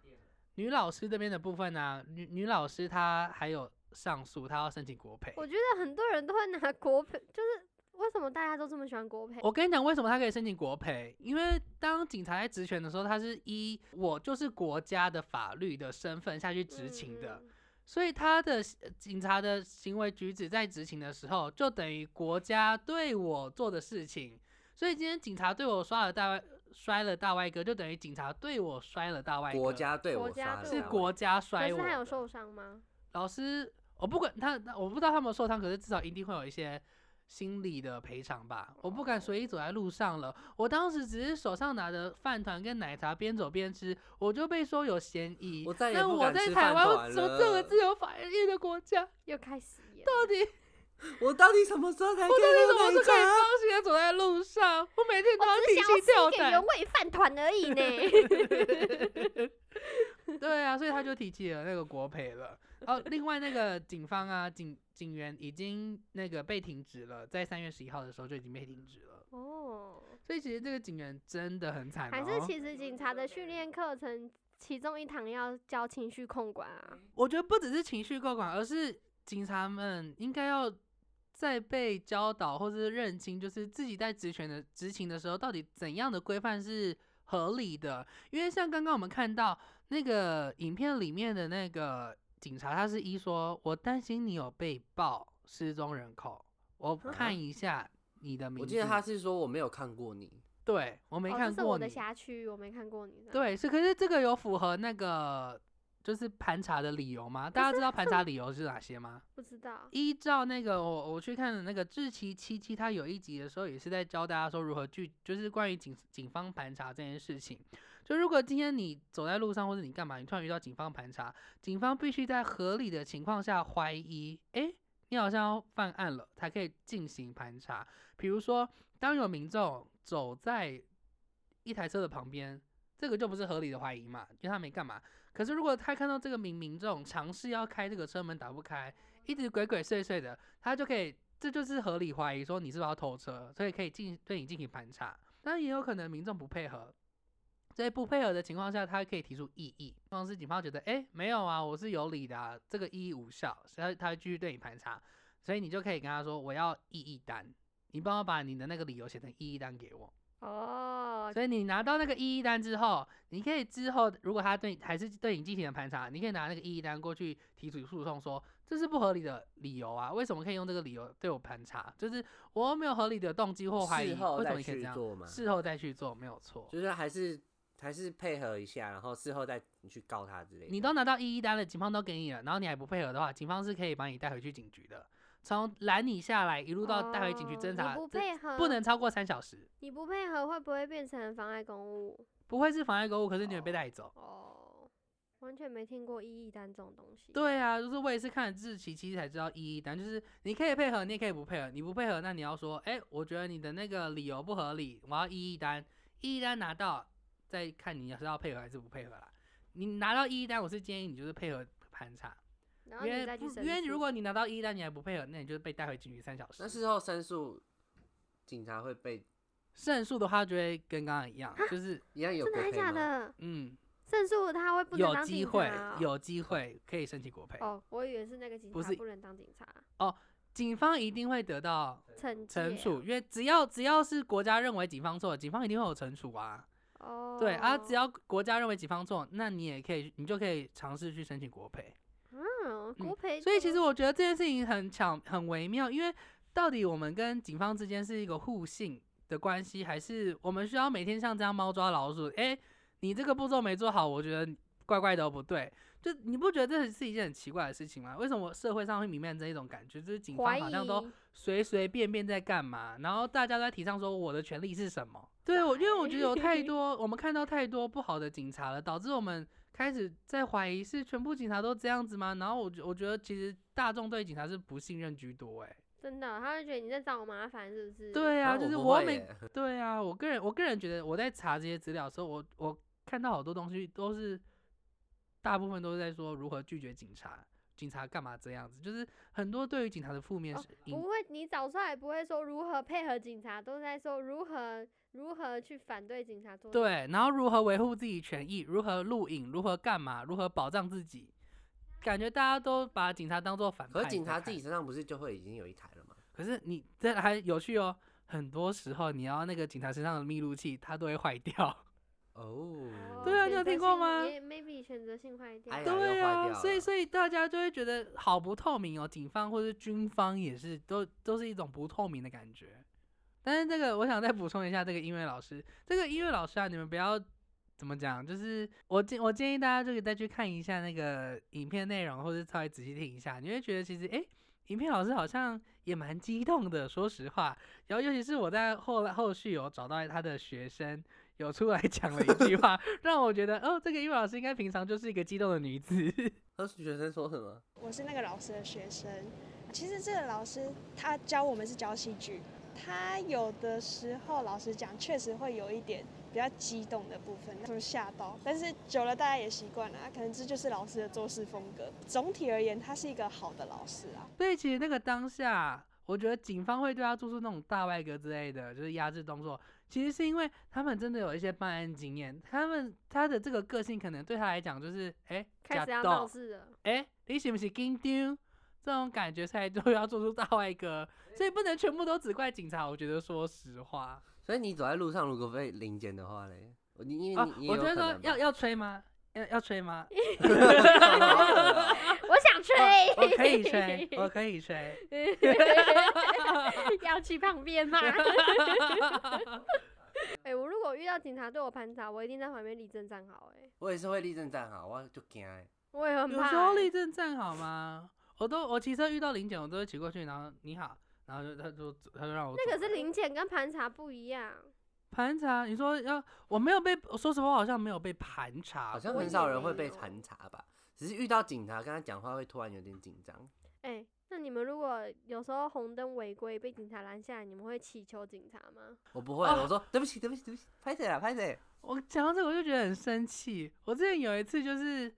Speaker 1: 女老师这边的部分呢、女女老师她还有上诉，她要申请国赔。
Speaker 2: 我觉得很多人都会拿国培，就是为什么大家都这么喜欢国培？
Speaker 1: 我跟你讲，为什么她可以申请国赔？因为当警察在职权的时候，他是依我就是国家的法律的身份下去执勤的，
Speaker 2: 嗯，
Speaker 1: 所以他的呃警察的行为举止在执勤的时候，就等于国家对我做的事情。所以今天警察对我刷了大外呃摔了大外哥，就等于警察对我摔了大外哥。
Speaker 3: 国家啊对
Speaker 2: 国
Speaker 3: 我
Speaker 2: 家
Speaker 3: 杀
Speaker 2: 对
Speaker 3: 了
Speaker 1: 是
Speaker 2: 我
Speaker 3: 他
Speaker 1: 国家摔
Speaker 2: 可
Speaker 1: 我
Speaker 2: 是
Speaker 1: 的。
Speaker 2: 他有受伤吗？
Speaker 1: 老师，我不管他，我不知道他有没有受伤，可是至少一定会有一些心理的赔偿吧。我不敢随意走在路上了，我当时只是手上拿着饭团跟奶茶边走边吃，我就被说有嫌疑
Speaker 3: 我。再也
Speaker 1: 那
Speaker 3: 不
Speaker 1: 我
Speaker 3: 敢
Speaker 1: 在
Speaker 3: 吃
Speaker 1: 台
Speaker 3: 饭
Speaker 1: 湾
Speaker 3: 团
Speaker 1: 怎么这么
Speaker 3: 了。
Speaker 1: 自由法律的国家，
Speaker 2: 又开始演，哦
Speaker 1: 到底
Speaker 3: 我到底什么时候才可以
Speaker 1: 为什么
Speaker 3: 到
Speaker 1: 是
Speaker 3: 那
Speaker 1: 可以
Speaker 3: 一
Speaker 1: 放心的走在路上？我每天都要
Speaker 2: 我哦只
Speaker 1: 提
Speaker 2: 是想
Speaker 1: 心
Speaker 2: 要
Speaker 1: 吊
Speaker 2: 吃一点
Speaker 1: 胆
Speaker 2: 原。味饭团而 已呢。
Speaker 1: 对啊，所以他就提起了那个国赔了。哦，另外那个警方啊，警警员已经那个被停职了，在三月十一号的时候就已经被停职了。
Speaker 2: 哦，
Speaker 1: 所以其实这个警员真的很惨、哦。
Speaker 2: 还是其实警察的训练课程其中一堂要教情绪控管啊。
Speaker 1: 我觉得不只是情绪控管，而是警察们应该要再被教导或者是认清，就是自己在职权的执勤的时候，到底怎样的规范是合理的。因为像刚刚我们看到那个影片里面的那个警察，他是一说：“我担心你有被报失踪人口，我
Speaker 2: 嗯
Speaker 1: 看一下你的名字。”
Speaker 3: 我记得他是说我没有看过你，
Speaker 1: 对我没
Speaker 2: 哦
Speaker 1: 看
Speaker 2: 这是
Speaker 1: 过
Speaker 2: 我
Speaker 1: 你。
Speaker 2: 的辖区，我没看过你。，
Speaker 1: 对，是可是这个有符合那个就是盘查的理由吗？大家知道盘查理由是哪些吗？
Speaker 2: 不知道，
Speaker 1: 依照那个我我去看的那个志奇七七，他有一集的时候也是在教大家说如何去，就是关于警警方盘查这件事情。就如果今天你走在路上或者你干嘛，你突然遇到警方盘查，警方必须在合理的情况下怀疑，诶、你好像犯案了，才可以进行盘查。比如说，当有民众走在一台车的旁边，这个就不是合理的怀疑嘛，因为他没干嘛。可是如果他看到这个民民众尝试要开这个车门打不开，一直鬼鬼祟祟的，他就可以，这就是合理怀疑说你是不是要偷车，所以可以进对你进行盘查。当然也有可能民众不配合，在不配合的情况下，他可以提出异议。方是警方觉得，哎、没有啊，我是有理的、啊，这个异议无效，所以他会继续对你盘查，所以你就可以跟他说，我要异议单，你帮我把你的那个理由写成异议单给我。
Speaker 2: 哦，
Speaker 1: 所以你拿到那个异议单之后，你可以之后如果他对还是对你进行了盘查，你可以拿那个异议单过去提出诉讼说，这是不合理的理由啊，为什么可以用这个理由对我盘查？就是我又没有合理的动机或哦怀疑，
Speaker 3: 事后
Speaker 1: 为什么
Speaker 3: 再
Speaker 1: 你可以这
Speaker 3: 去
Speaker 1: 样？
Speaker 3: 做嘛，
Speaker 1: 事后再去做没有错。
Speaker 3: 就是还是还是配合一下，然后事后再你去告他之类的。
Speaker 1: 你都拿到一一单了，警方都给你了，然后你还不配合的话，警方是可以把你带回去警局的，从拦你下来一路到带回警局
Speaker 2: 哦
Speaker 1: 侦查，
Speaker 2: 你不
Speaker 1: 这
Speaker 2: 配合，
Speaker 1: 不能超过三小时，
Speaker 2: 你不配合会不会变成妨碍公务？
Speaker 1: 不会是妨碍公务，可是你会被
Speaker 2: 哦
Speaker 1: 带走。
Speaker 2: 哦，完全没听过异议单这种东西。，
Speaker 1: 对啊，就是我也是看了日期，其实才知道一一单，就是你可以配合，你也可以不配合。你不配合，那你要说，哎、我觉得你的那个理由不合理，我要一一单，一一单拿到，再看你是要配合还是不配合啦。你拿到一一单，我是建议你就是配合盘查，
Speaker 2: 然后
Speaker 1: 因
Speaker 2: 你
Speaker 1: 为
Speaker 2: 再去
Speaker 1: 不
Speaker 2: 申
Speaker 1: 因为
Speaker 2: 诉
Speaker 1: 如果你拿到一一单你还不配合，那你就被带回警局三小时。
Speaker 3: 那事后申诉，警察会被
Speaker 1: 胜诉的话，就会跟刚刚一样，就是
Speaker 3: 一样有
Speaker 2: 真的
Speaker 3: 国
Speaker 2: 还
Speaker 3: 赔
Speaker 2: 假
Speaker 3: 吗？
Speaker 2: 的？
Speaker 1: 嗯，
Speaker 2: 胜诉他会不能
Speaker 1: 有
Speaker 2: 当警
Speaker 1: 机
Speaker 2: 察
Speaker 1: 会
Speaker 2: 哦
Speaker 1: 有机会可以申请国赔，
Speaker 2: 哦，我以为是那个警
Speaker 1: 不
Speaker 2: 察
Speaker 1: 是
Speaker 2: 不能当警察，
Speaker 1: 警方一定会得到
Speaker 2: 惩
Speaker 1: 惩
Speaker 2: 戒
Speaker 1: 处，因为只要只要是国家认为警方错了，警方一定会有惩处啊。
Speaker 2: 哦。
Speaker 1: 对啊，只要国家认为警方错，那你也可以，你就可以尝试去申请国赔。
Speaker 2: 嗯，国培
Speaker 1: 所以
Speaker 2: 怎
Speaker 1: 其
Speaker 2: 么
Speaker 1: 实我觉得这件事情很巧，很微妙，因为到底我们跟警方之间是一个互信的关系，还是我们需要每天像这样猫抓老鼠？诶，你这个步骤没做好，我觉得你怪怪的哦不对。就你不觉得这是一件很奇怪的事情吗？为什么社会上会弥漫着一种感觉，就是警
Speaker 2: 怀
Speaker 1: 方
Speaker 2: 疑
Speaker 1: 好像都随随便便在干嘛，然后大家都在提倡说我的权利是什么？对我，因为我觉得有太多，我们看到太多不好的警察了，导致我们开始在怀疑是全部警察都这样子吗？然后我觉我觉得其实大众对警察是不信任居多、欸，
Speaker 2: 真的，他会觉得你在找我麻烦，是不是？，
Speaker 1: 对啊，
Speaker 3: 啊
Speaker 1: 就是
Speaker 3: 我不
Speaker 1: 我
Speaker 3: 会
Speaker 1: 每
Speaker 3: 耶
Speaker 1: 对啊，我个人我个人觉得我在查这些资料的时候，我我看到好多东西都是大部分都是在说如何拒绝警察，警察干嘛这样子，就是很多对于警察的负面
Speaker 2: 哦
Speaker 1: 是影
Speaker 2: 不会，你找出来也不会说如何配合警察，都在说如何如何去反对警察做。，
Speaker 1: 对，然后如何维护自己权益，如何录影，如何干嘛，如何保障自己，感觉大家都把警察当做反派
Speaker 3: 可
Speaker 1: 在
Speaker 3: 是
Speaker 1: 看。
Speaker 3: 警察自己身上不是就会已经有一台了吗？
Speaker 1: 可是你这还有趣哦，很多时候你要那个警察身上的密录器，它都会坏掉。
Speaker 3: 哦，
Speaker 1: 对啊你
Speaker 2: 选
Speaker 1: 有
Speaker 2: 择
Speaker 1: 听过
Speaker 2: 性
Speaker 1: 吗
Speaker 2: 也，maybe 选择性坏掉。
Speaker 3: 哎呀又
Speaker 1: 对
Speaker 3: 坏
Speaker 1: 啊，
Speaker 3: 掉
Speaker 1: 所以
Speaker 3: 了
Speaker 1: 所以大家就会觉得好不透明哦，警方或是军方也是，都都是一种不透明的感觉。但是这个我想再补充一下，这个音乐老师，这个音乐老师啊，你们不要怎么讲，就是我建我建议大家就可以再去看一下那个影片内容，或是稍微仔细听一下，你会觉得其实诶，影片老师好像也蛮激动的，说实话。然后尤其是我在后来后续有找到他的学生。有出来讲了一句话，让我觉得哦，这个英文老师应该平常就是一个激动的女子。 啊
Speaker 3: 和学生说什么？
Speaker 5: 我是那个老师的学生。其实这个老师他教我们是教戏剧，他有的时候老师讲确实会有一点比较激动的部分，就吓到。但是久了大家也习惯了，啊可能这就是老师的做事风格。总体而言，他是一个好的老师啊。
Speaker 1: 所以其实那个当下，我觉得警方会对他做出那种大外格之类的，就是压制动作，其实是因为他们真的有一些办案经验，他们他的这个个性可能对他来讲就是哎，
Speaker 2: 开始要闹
Speaker 1: 到
Speaker 2: 事 了，
Speaker 1: 哎，你是不是紧张？这种感觉才都要做出大外格，所以不能全部都只怪警察。我觉得说实话
Speaker 3: 所以你走在路上如果被临检的话嘞，你因为
Speaker 1: 啊
Speaker 3: 你你，也
Speaker 1: 我
Speaker 3: 有
Speaker 1: 觉得
Speaker 3: 可
Speaker 1: 说
Speaker 3: 能吧
Speaker 1: 要要吹吗？要要吹 吗？哦
Speaker 2: 我想吹，
Speaker 1: 我我可以吹，我可以吹。
Speaker 2: 要去旁边吗？ 哎、我如果遇到警察对我盘查，我一定在旁边立正站好、哎，
Speaker 3: 我也是会立正站好，我就惊欸。
Speaker 2: 我也很
Speaker 1: 有
Speaker 2: 怕
Speaker 1: 时候
Speaker 2: 欸
Speaker 1: 立正站好吗？我都我骑车遇到零检，我都会骑过去，然后你好，然后就他就他就让我
Speaker 2: 那
Speaker 1: 走
Speaker 2: 个是零检跟盘查不一样，
Speaker 1: 盘查。你说要我没有被，我说实话我好像没有被盘查过，
Speaker 3: 好像
Speaker 2: 我
Speaker 3: 很
Speaker 2: 也
Speaker 3: 少人会
Speaker 2: 没
Speaker 3: 被
Speaker 2: 有
Speaker 3: 盘查吧，只是遇到警察跟他讲话会突然有点紧张。
Speaker 2: 哎、那你们如果有时候红灯违规被警察拦下来，你们会祈求警察吗？
Speaker 3: 我不会，
Speaker 2: 哦
Speaker 1: 啊
Speaker 3: 我说对不起，对不起，对不起，拍谁啊，拍 谁？
Speaker 1: 我讲到这个我就觉得很生气。我之前有一次就是，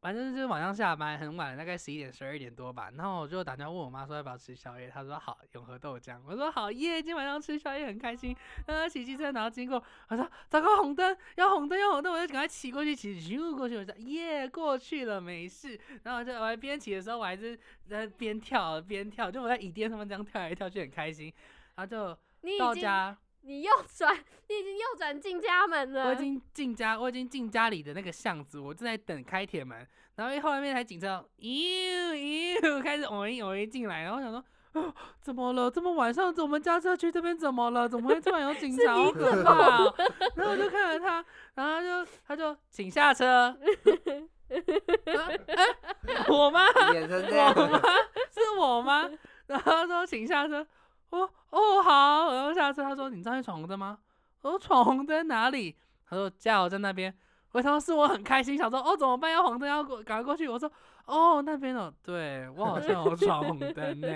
Speaker 1: 反正就是晚上下班很晚了，大概十一点、十二点多吧。然后我就打电话问我妈说要不要吃宵夜，她说好，永和豆浆。我说好耶，今晚上吃宵夜很开心。然后骑机车，然后经过，我说糟糕，红灯，要红灯，要红灯，我就赶快骑过去，骑咻过去，我说耶，过去了，没事。然后我就我还边骑的时候，我还是在边跳边跳，就我在椅垫上面这样跳来跳去，很开心。然后就
Speaker 2: 你已
Speaker 1: 到
Speaker 2: 经
Speaker 1: 家。
Speaker 2: 你右转， 你已经右转进家门了。
Speaker 1: 我已经进家，我已经进家里的那个巷子，我正在等开铁门，然后一后面台警车，咦咦，开始哦一哦一进来，然后我想说，哦，怎么了？这么晚上，我们家社区这边怎么了？怎么会突然有警察？好可怕、哦！然后我就看着他，然后他就他就请下车，啊哎我吗？
Speaker 3: 演成这
Speaker 1: 我吗
Speaker 3: 样，？
Speaker 1: 是我吗？然后他说请下车。哦哦好，然后下车他说你上去闯红灯吗？我说闯红灯哪里？他说加油站那边。我当时我很开心，想说哦怎么办？要红灯要过，赶快过去。我说哦那边哦，对我好像有闯红灯呢、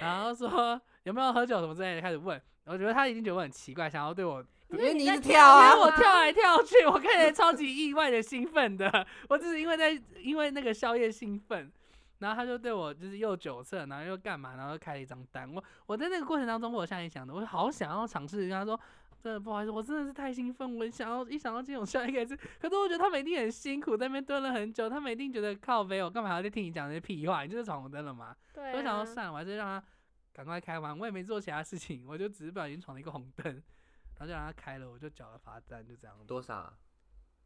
Speaker 1: 然后说有没有喝酒什么之类的，开始问。我觉得他一定觉得我很奇怪，想要对我
Speaker 3: 因为你一
Speaker 2: 在
Speaker 3: 直
Speaker 2: 跳
Speaker 3: 跳
Speaker 2: 啊
Speaker 3: 啊
Speaker 1: 因为，我跳来跳去，我看起来超级意外的兴奋的， 我只是因为在因为那个宵夜兴奋，然后他就对我就是又酒测，然后又干嘛，然后又开了一张单。我我在那个过程当中，我有像你想的，我好想要尝试跟他说。真的不好意思，我真的是太兴奋，我想要一想到这种宵夜开始，可是我 觉得他们一定很辛苦，在那边蹲了很久，他们一定觉得靠背，我干嘛还要再听你讲那些屁话？你就是闯红灯了嘛？
Speaker 2: 对、啊，
Speaker 1: 我想要算了，我还是让他赶快开完，我也没做其他事情，我就只是不小心闯了一个红灯，然后就让他开了，我就缴了罚单，就这样。
Speaker 3: 多少啊？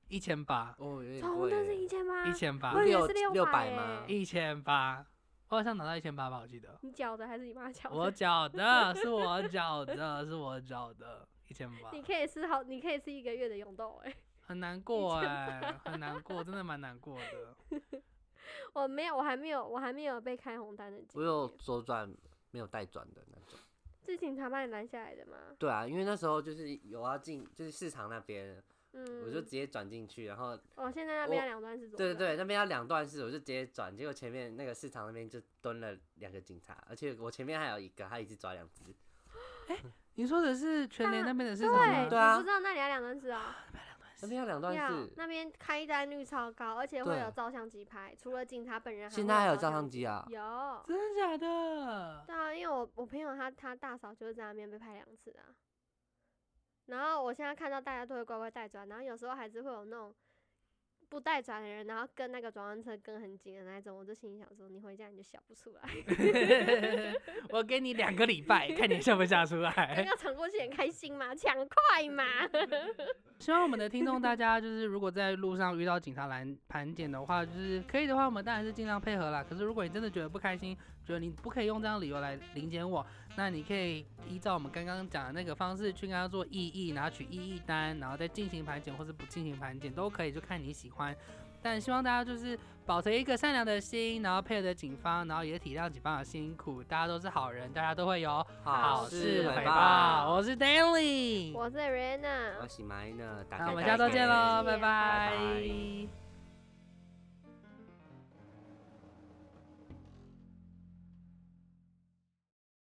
Speaker 1: 一千八，
Speaker 3: 哦，有点
Speaker 2: 闯红
Speaker 3: 贵
Speaker 2: 灯是一
Speaker 3: 耶。
Speaker 2: 千八，
Speaker 1: 一千八
Speaker 2: 我，以为
Speaker 3: 六
Speaker 2: 是
Speaker 3: 六
Speaker 2: 百欸
Speaker 3: 百吗
Speaker 1: 一千八，我好像拿到一千八吧，我记得。
Speaker 2: 你缴的还是你妈缴的？
Speaker 1: 我缴的，是我缴的，是我缴的，一千八，
Speaker 2: 你可以吃好，你可以吃一个月的永豆哎、
Speaker 1: 很难过哎、很难过，真的蛮难过 的。
Speaker 2: 我没有，我还没有，我还没有被开红单的经
Speaker 3: 我有
Speaker 2: 验。
Speaker 3: 左转没有带转的那种。
Speaker 2: 是警察把你拦下来的吗？
Speaker 3: 对啊，因为那时候就是有要进，就是市场那边，
Speaker 2: 嗯，
Speaker 3: 我就直接转进去，然后
Speaker 2: 哦，现在那边
Speaker 3: 我
Speaker 2: 要两段是左
Speaker 3: 对对
Speaker 2: 转，
Speaker 3: 对，那边要两段式，我就直接转，结果前面那个市场那边就蹲了两个警察，而且我前面还有一个，他一直抓两只。
Speaker 1: 你说的是全联
Speaker 2: 大
Speaker 1: 那边的市场
Speaker 2: 对
Speaker 1: 吗？
Speaker 3: 对啊
Speaker 2: 你不知道那里要两段是啊，
Speaker 3: 那边要两段
Speaker 2: 要
Speaker 3: 式，
Speaker 2: 那边开单率超高，而且会
Speaker 3: 对
Speaker 2: 有照相机拍，除了警察本人，
Speaker 3: 现在还有
Speaker 2: 照
Speaker 3: 照相
Speaker 2: 相
Speaker 3: 机啊
Speaker 2: 机，？有，
Speaker 1: 真的假 的？
Speaker 2: 对啊，因为我我朋友他他大嫂就是在那边被拍两次啊。然后我现在看到大家都会乖乖带转，然后有时候还是会有那种不带转的人，然后跟那个转弯车跟很紧的那一种，我就心里想说，你回家你就笑不出来，
Speaker 1: 我给你两个礼拜，看你笑不笑出
Speaker 2: 刚
Speaker 1: 来。
Speaker 2: 刚闯过去很开心嘛，抢快嘛，
Speaker 1: 希望我们的听众大家就是，如果在路上遇到警察拦盘检的话，就是可以的话，我们当然是尽量配合啦。可是如果你真的觉得不开心，觉得你不可以用这样的理由来临检我，那你可以依照我们刚刚讲的那个方式去跟他做异议，然后取异议单，然后再进行盘检或是不进行盘检都可以，就看你喜欢。但希望大家就是保持一个善良的心，然后配合着警方，然后也体谅警方的辛苦，大家都是好人，大家都会有好
Speaker 3: 好
Speaker 1: 事
Speaker 3: 事
Speaker 1: 回
Speaker 3: 回
Speaker 1: 报。
Speaker 3: 报。
Speaker 1: 我是 Daily，
Speaker 2: 我是 Rihanna，
Speaker 3: 我喜欢呢，打
Speaker 1: 那
Speaker 3: 开
Speaker 1: 我们
Speaker 3: 开
Speaker 1: 下周
Speaker 3: 给
Speaker 1: 见喽，
Speaker 2: 谢
Speaker 1: 拜
Speaker 2: 谢拜
Speaker 1: 拜。
Speaker 3: 拜